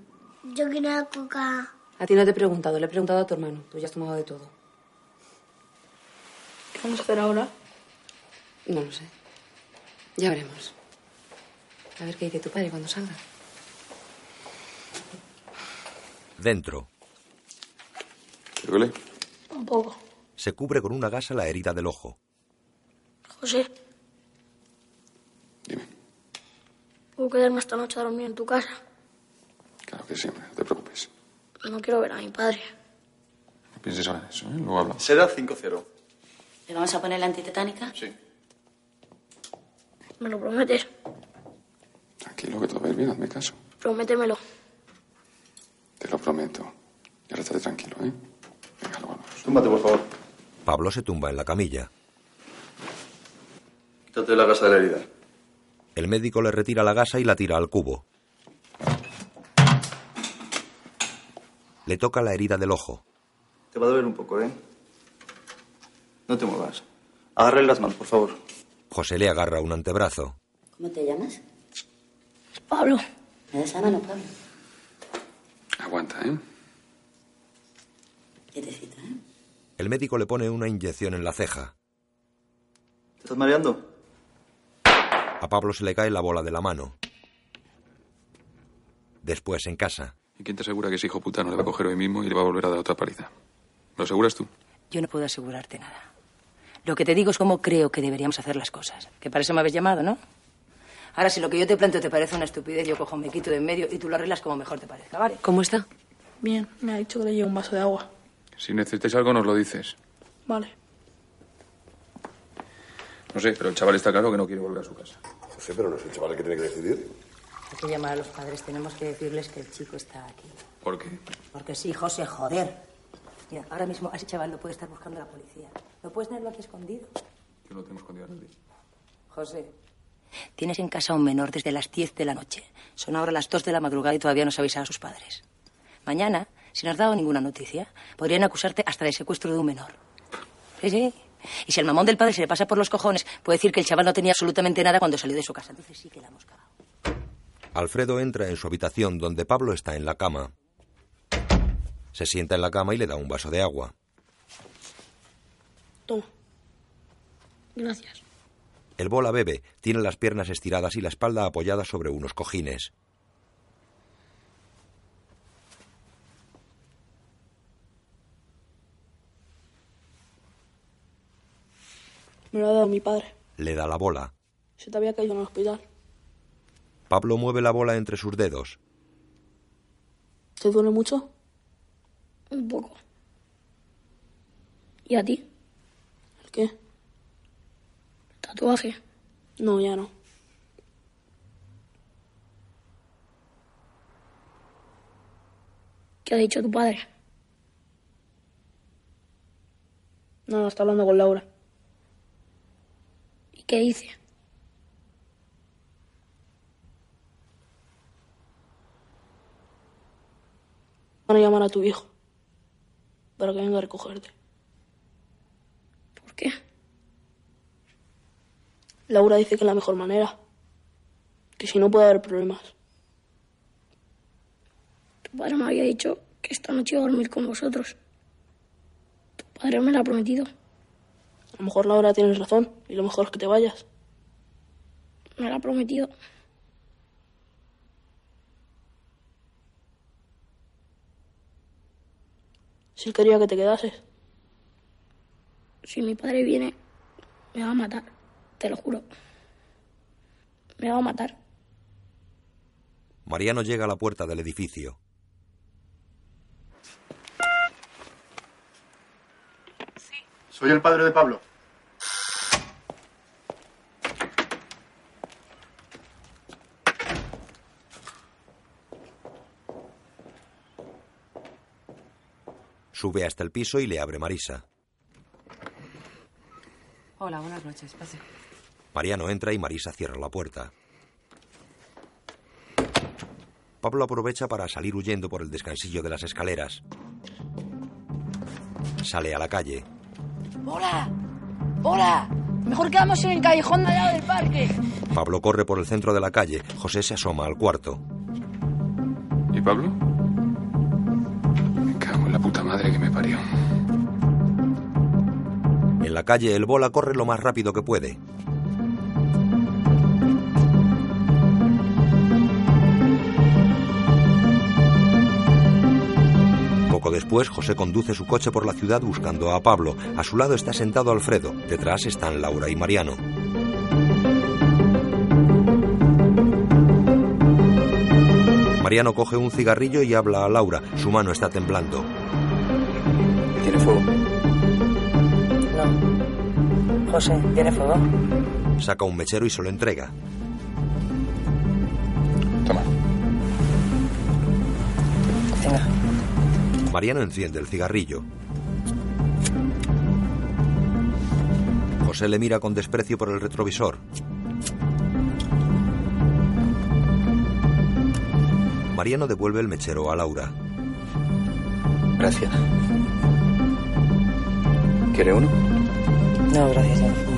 [SPEAKER 7] Yo quiero coca.
[SPEAKER 11] A ti no te he preguntado, le he preguntado a tu hermano. Tú ya has tomado de todo.
[SPEAKER 35] ¿Qué vamos a hacer ahora?
[SPEAKER 11] No lo sé. Ya veremos. A ver qué dice tu padre cuando salga.
[SPEAKER 3] Dentro,
[SPEAKER 37] ¿Te duele?
[SPEAKER 33] Un poco.
[SPEAKER 3] se cubre con una gasa la herida del ojo.
[SPEAKER 33] José. Dime. Puedo quedarme esta noche a dormir en tu casa.
[SPEAKER 9] Claro que sí, no te preocupes.
[SPEAKER 33] No quiero ver a mi padre.
[SPEAKER 9] No pienses ahora en eso, ¿eh? Luego hablamos.
[SPEAKER 5] Será 5-0.
[SPEAKER 38] ¿Le vamos a poner la antitetánica?
[SPEAKER 5] Sí.
[SPEAKER 33] Me lo prometes.
[SPEAKER 9] Tranquilo, que todo va a ir bien, hazme caso.
[SPEAKER 33] Prométemelo.
[SPEAKER 9] Te lo prometo. Y ahora estate tranquilo, ¿eh?
[SPEAKER 5] Túmbate, por favor.
[SPEAKER 3] Pablo se tumba en la camilla.
[SPEAKER 5] Quítate la gasa de la herida.
[SPEAKER 3] El médico le retira la gasa y la tira al cubo. Le toca la herida del ojo.
[SPEAKER 5] Te va a doler un poco, ¿eh? No te muevas. Agarra las manos, por favor.
[SPEAKER 3] José le agarra un antebrazo.
[SPEAKER 38] ¿Cómo te llamas?
[SPEAKER 33] Pablo.
[SPEAKER 38] ¿Me das la mano, Pablo?
[SPEAKER 9] Aguanta, ¿eh?
[SPEAKER 38] Quietecito, ¿eh?
[SPEAKER 3] El médico le pone una inyección en la ceja.
[SPEAKER 5] ¿Te estás mareando?
[SPEAKER 3] A Pablo se le cae la bola de la mano. Después en casa,
[SPEAKER 9] ¿Y quién te asegura que ese hijo puta no le va a coger hoy mismo y le va a volver a dar otra paliza? ¿Lo aseguras tú?
[SPEAKER 1] Yo no puedo asegurarte nada. Lo que te digo es cómo creo que deberíamos hacer las cosas. Que para eso me habéis llamado, ¿no? Ahora, si lo que yo te planteo te parece una estupidez, yo cojo, me quito de en medio y tú lo arreglas como mejor te parezca, ¿vale?
[SPEAKER 11] ¿Cómo está?
[SPEAKER 35] Bien, me ha dicho que le llevo un vaso de agua.
[SPEAKER 9] Si necesitáis algo, nos lo dices.
[SPEAKER 35] Vale.
[SPEAKER 9] No sé, pero el chaval está claro que no quiere volver a su casa.
[SPEAKER 37] No sé, pero no es el chaval el que tiene que decidir.
[SPEAKER 38] Hay que llamar a los padres. Tenemos que decirles que el chico está aquí.
[SPEAKER 9] ¿Por qué?
[SPEAKER 38] Porque sí, José, joder.
[SPEAKER 1] Mira, ahora mismo a ese chaval lo puede estar buscando la policía. Pues No puedes tenerlo aquí escondido.
[SPEAKER 9] Yo no tengo escondido a nadie.
[SPEAKER 1] José. Tienes en casa a un menor desde las 10 de la noche. Son ahora las 2 de la madrugada y todavía no se avisado a sus padres. Mañana, si no has dado ninguna noticia, podrían acusarte hasta de secuestro de un menor. Sí, sí. Y si el mamón del padre se le pasa por los cojones, puede decir que el chaval no tenía absolutamente nada cuando salió de su casa. Entonces sí que la hemos cagado.
[SPEAKER 3] Alfredo entra en su habitación donde Pablo está en la cama. Se sienta en la cama y le da un vaso de agua.
[SPEAKER 35] Toma.
[SPEAKER 4] Gracias.
[SPEAKER 3] El bola bebe, tiene las piernas estiradas y la espalda apoyada sobre unos cojines.
[SPEAKER 7] Me lo ha dado mi padre.
[SPEAKER 3] Le da la bola.
[SPEAKER 7] Se te había caído en el hospital.
[SPEAKER 3] Pablo mueve la bola entre sus dedos.
[SPEAKER 7] ¿Te duele mucho?
[SPEAKER 4] Un poco. ¿Y a ti?
[SPEAKER 7] ¿El qué?
[SPEAKER 4] ¿Tatuaje?
[SPEAKER 7] No, ya no.
[SPEAKER 4] ¿Qué ha dicho tu padre?
[SPEAKER 7] No, está hablando con Laura.
[SPEAKER 4] ¿Y qué dice?
[SPEAKER 7] Van a llamar a tu hijo. Para que venga a recogerte.
[SPEAKER 4] ¿Por qué?
[SPEAKER 7] Laura dice que es la mejor manera. Que si no puede haber problemas.
[SPEAKER 4] Tu padre me había dicho que esta noche iba a dormir con vosotros. Tu padre me lo ha prometido.
[SPEAKER 7] A lo mejor Laura tienes razón y lo mejor es que te vayas.
[SPEAKER 4] Me lo ha prometido.
[SPEAKER 7] Si él quería que te quedases.
[SPEAKER 4] Si mi padre viene, me va a matar. Te lo juro. Me va a matar.
[SPEAKER 3] Mariano llega a la puerta del edificio.
[SPEAKER 29] Soy el padre de Pablo.
[SPEAKER 3] Sube hasta el piso y le abre Marisa.
[SPEAKER 11] Hola, buenas noches. Pase.
[SPEAKER 3] Mariano entra y Marisa cierra la puerta. Pablo aprovecha para salir huyendo por el descansillo de las escaleras. Sale a la calle.
[SPEAKER 14] ¡Hola! ¡Hola! Mejor quedamos en el callejón de al lado del parque.
[SPEAKER 3] Pablo corre por el centro de la calle. José se asoma al cuarto.
[SPEAKER 2] ¿Y Pablo? Me cago en la puta madre que me parió.
[SPEAKER 3] En la calle el bola corre lo más rápido que puede. Poco después, José conduce su coche por la ciudad buscando a Pablo. A su lado está sentado Alfredo. Detrás están Laura y Mariano. Mariano coge un cigarrillo y habla a Laura. Su mano está temblando.
[SPEAKER 15] Tiene fuego.
[SPEAKER 1] No. José, ¿tiene fuego?
[SPEAKER 3] Saca un mechero y se lo entrega.
[SPEAKER 1] Venga.
[SPEAKER 3] Mariano enciende el cigarrillo. José le mira con desprecio por el retrovisor. Mariano devuelve el mechero a Laura.
[SPEAKER 15] Gracias. ¿Quiere uno?
[SPEAKER 1] No, gracias. no.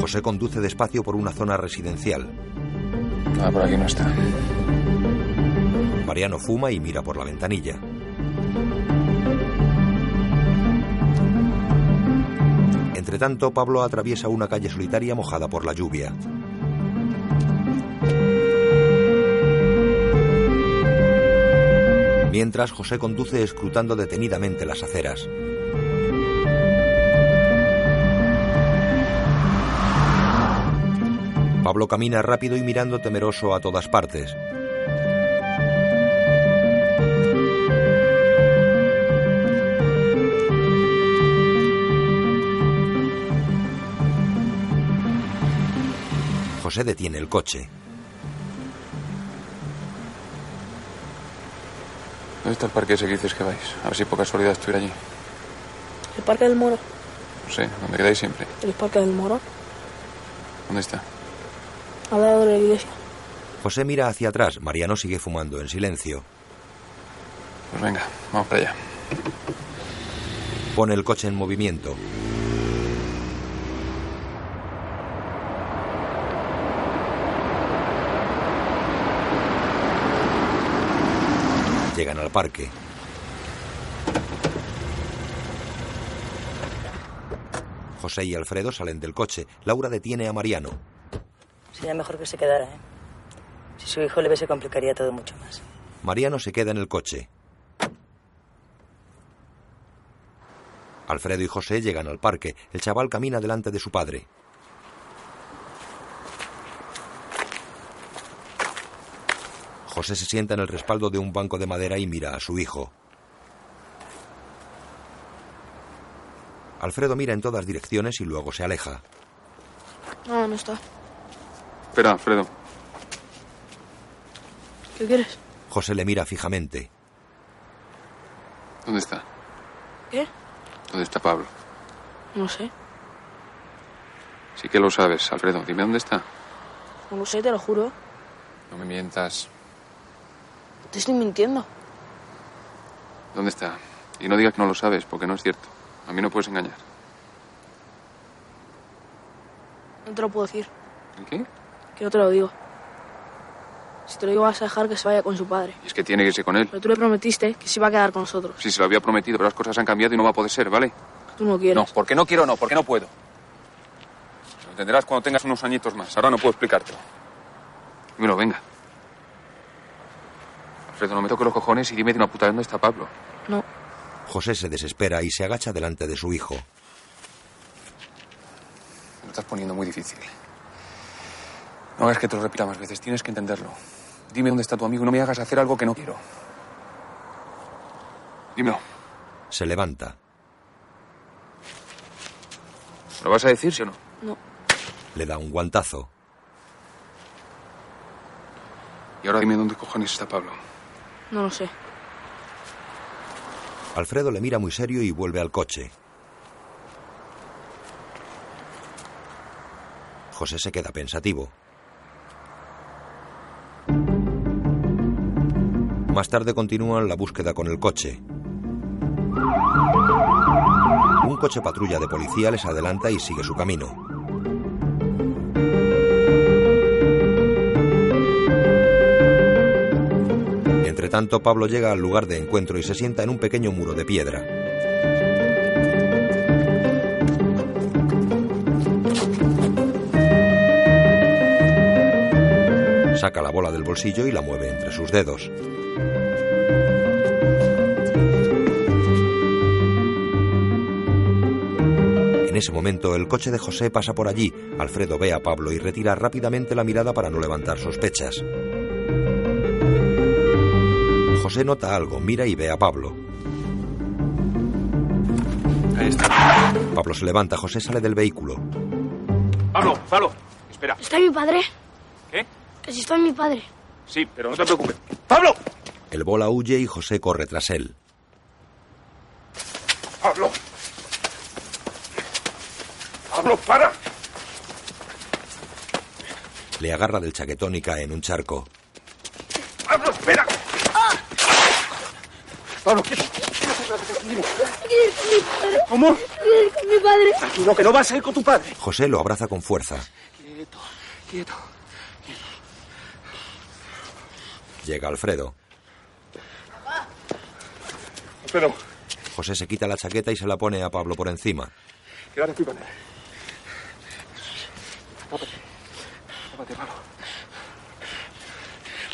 [SPEAKER 3] José conduce despacio por una zona residencial.
[SPEAKER 15] Ah, por aquí no está.
[SPEAKER 3] Mariano fuma y mira por la ventanilla. Entre tanto, Pablo atraviesa una calle solitaria mojada por la lluvia. Mientras, José conduce escrutando detenidamente las aceras. Pablo camina rápido y mirando temeroso a todas partes. José detiene el coche.
[SPEAKER 2] ¿Dónde está el parque ese que dices que vais? A ver si por casualidad estuviera allí.
[SPEAKER 7] El Parque del Moro.
[SPEAKER 2] No sé, donde quedáis siempre.
[SPEAKER 7] El Parque del Moro.
[SPEAKER 2] ¿Dónde está?
[SPEAKER 7] Al lado de la iglesia.
[SPEAKER 3] José mira hacia atrás. Mariano sigue fumando en silencio.
[SPEAKER 2] Pues venga, vamos para allá.
[SPEAKER 3] Pone el coche en movimiento. parque. José y Alfredo salen del coche. Laura detiene a Mariano.
[SPEAKER 1] Sería mejor que se quedara, ¿eh? Si su hijo le ve, se complicaría todo mucho más.
[SPEAKER 3] Mariano se queda en el coche. Alfredo y José llegan al parque. El chaval camina delante de su padre. José se sienta en el respaldo de un banco de madera y mira a su hijo. Alfredo mira en todas direcciones y luego se aleja.
[SPEAKER 7] No, no está.
[SPEAKER 9] Espera, Alfredo.
[SPEAKER 7] ¿Qué quieres?
[SPEAKER 3] José le mira fijamente.
[SPEAKER 9] ¿Dónde está?
[SPEAKER 7] ¿Qué?
[SPEAKER 9] ¿Dónde está Pablo?
[SPEAKER 7] No sé.
[SPEAKER 9] Sí que lo sabes, Alfredo. Dime dónde está.
[SPEAKER 7] No lo sé, te lo juro.
[SPEAKER 9] No me mientas.
[SPEAKER 7] Te estoy mintiendo.
[SPEAKER 9] ¿Dónde está? Y no digas que no lo sabes, porque no es cierto. A mí no puedes engañar.
[SPEAKER 7] No te lo puedo decir.
[SPEAKER 9] ¿El qué?
[SPEAKER 7] Que no te lo digo. Si te lo digo, vas a dejar que se vaya con su padre.
[SPEAKER 9] Es que tiene que irse con él.
[SPEAKER 7] Pero tú le prometiste que se iba a quedar con nosotros.
[SPEAKER 9] Sí, se lo había prometido, pero las cosas han cambiado y no va a poder ser, ¿vale?
[SPEAKER 7] Tú no quieres.
[SPEAKER 9] No, porque no quiero, no, porque no puedo. Lo entenderás cuando tengas unos añitos más. Ahora no puedo explicártelo. Dímelo, venga. Alfredo, no me toques los cojones y dime de una puta vez dónde está Pablo.
[SPEAKER 3] José se desespera y se agacha delante de su hijo.
[SPEAKER 9] Me lo estás poniendo muy difícil. No hagas que te lo repita más veces, tienes que entenderlo. Dime dónde está tu amigo y no me hagas hacer algo que no quiero. Dímelo.
[SPEAKER 3] Se levanta.
[SPEAKER 9] ¿Me ¿Lo vas a decir, sí o no?
[SPEAKER 3] Le da un guantazo.
[SPEAKER 9] Y ahora dime dónde cojones está Pablo.
[SPEAKER 7] No lo sé.
[SPEAKER 3] Alfredo le mira muy serio y vuelve al coche. José se queda pensativo. Más tarde continúan la búsqueda con el coche. Un coche patrulla de policía les adelanta y sigue su camino. Entre tanto, Pablo llega al lugar de encuentro y se sienta en un pequeño muro de piedra. Saca la bola del bolsillo y la mueve entre sus dedos. En ese momento, el coche de José pasa por allí. Alfredo ve a Pablo y retira rápidamente la mirada para no levantar sospechas. José nota algo, mira y ve a Pablo.
[SPEAKER 9] Ahí está.
[SPEAKER 3] Pablo se levanta, José sale del vehículo.
[SPEAKER 9] Pablo, Pablo, espera.
[SPEAKER 19] ¿Está mi padre?
[SPEAKER 9] ¿Qué?
[SPEAKER 19] Que si está mi padre.
[SPEAKER 9] Sí, pero no te preocupes. ¡Pablo!
[SPEAKER 3] El bola huye y José corre tras él.
[SPEAKER 9] ¡Pablo! ¡Pablo, para!
[SPEAKER 3] Le agarra del chaquetón y cae en un charco.
[SPEAKER 9] ¡Pablo, espera!
[SPEAKER 5] Pablo, quieto. ¿Cómo?
[SPEAKER 19] Mi padre.
[SPEAKER 5] Tranquilo, que no vas a ir con tu padre.
[SPEAKER 3] José lo abraza con fuerza.
[SPEAKER 5] Quieto, quieto.
[SPEAKER 3] Llega Alfredo.
[SPEAKER 5] Alfredo,
[SPEAKER 3] José se quita la chaqueta y se la pone a Pablo por encima.
[SPEAKER 5] quédate aquí con él. Tápate. Tápate, Pablo.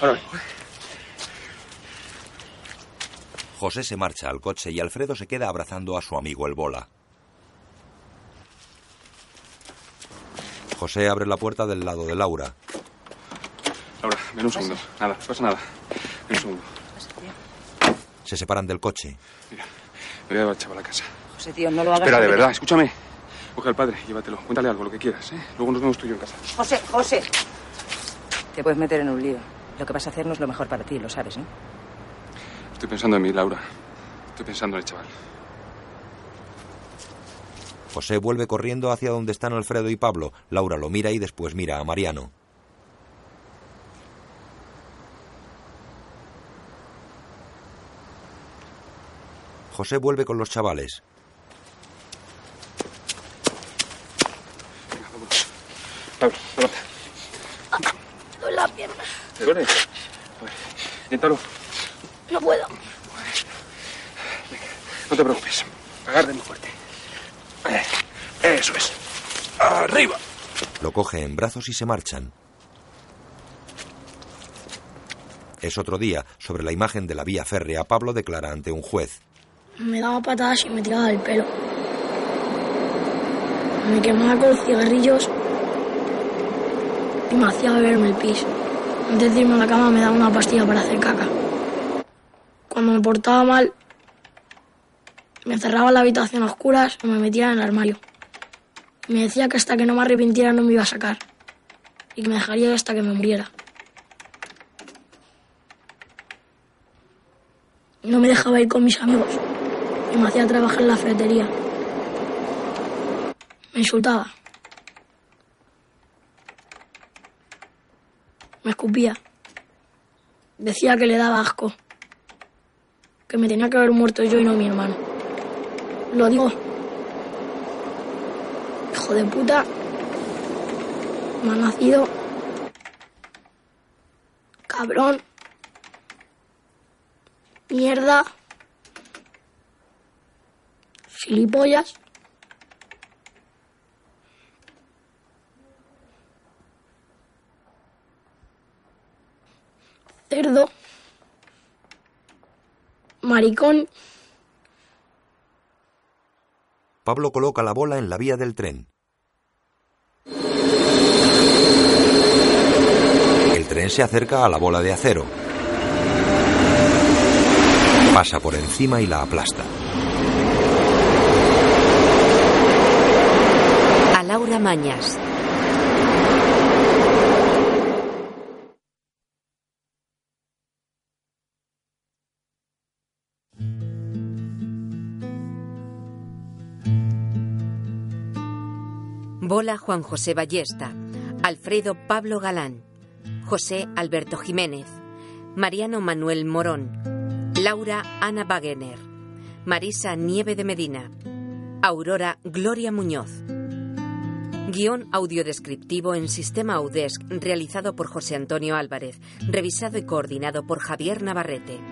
[SPEAKER 5] Ahora vengo, ¿eh?
[SPEAKER 3] José se marcha al coche y Alfredo se queda abrazando a su amigo el bola. José abre la puerta del lado de Laura.
[SPEAKER 9] Laura, ven un segundo. Nada, no pasa nada. Ven un segundo.
[SPEAKER 3] Se separan del coche.
[SPEAKER 9] Me voy a llevar al chaval a casa.
[SPEAKER 1] José, tío, no lo hagas.
[SPEAKER 9] Espera, de
[SPEAKER 1] porque-
[SPEAKER 9] verdad, escúchame. Coge al padre, llévatelo. Cuéntale algo, lo que quieras, ¿eh? Luego nos vemos tú y yo en casa.
[SPEAKER 1] José, José. Te puedes meter en un lío. Lo que vas a hacer no es lo mejor para ti, lo sabes, ¿eh? ¿no?
[SPEAKER 9] Estoy pensando en mí, Laura. Estoy pensando en el chaval.
[SPEAKER 3] José vuelve corriendo hacia donde están Alfredo y Pablo. Laura lo mira y después mira a Mariano. José vuelve con los chavales.
[SPEAKER 9] Pablo, levanta.
[SPEAKER 19] Doy la pierna.
[SPEAKER 9] ¿Te duele? A ver, inténtalo.
[SPEAKER 19] No puedo.
[SPEAKER 9] No te preocupes. Agárrame fuerte. Eh, Eso es. Arriba.
[SPEAKER 3] Lo coge en brazos y se marchan. Es otro día, sobre la imagen de la vía férrea, Pablo declara ante un juez.
[SPEAKER 7] Me daba patadas y me tiraba del pelo. Me quemaba con los cigarrillos y me hacía beberme el pis. Antes de irme a la cama me daba una pastilla para hacer caca. Cuando me portaba mal, me cerraba en la habitación a oscuras o me metía en el armario. Me decía que hasta que no me arrepintiera no me iba a sacar y que me dejaría hasta que me muriera. No me dejaba ir con mis amigos y me hacía trabajar en la ferretería. Me insultaba. Me escupía. Decía que le daba asco. Que me tenía que haber muerto yo y no mi hermano. Lo digo. Hijo de puta. Mal nacido. Cabrón. Mierda. Gilipollas. Cerdo. Maricón.
[SPEAKER 3] Pablo coloca la bola en la vía del tren. El tren se acerca a la bola de acero. Pasa por encima y la aplasta.
[SPEAKER 2] A Laura Mañas. Bola Juan José Ballesta, Alfredo Pablo Galán, José Alberto Jiménez, Mariano Manuel Morón, Laura Ana Wagener, Marisa Nieve de Medina, Aurora Gloria Muñoz. Guión audiodescriptivo en sistema Audesc realizado por José Antonio Álvarez, revisado y coordinado por Javier Navarrete.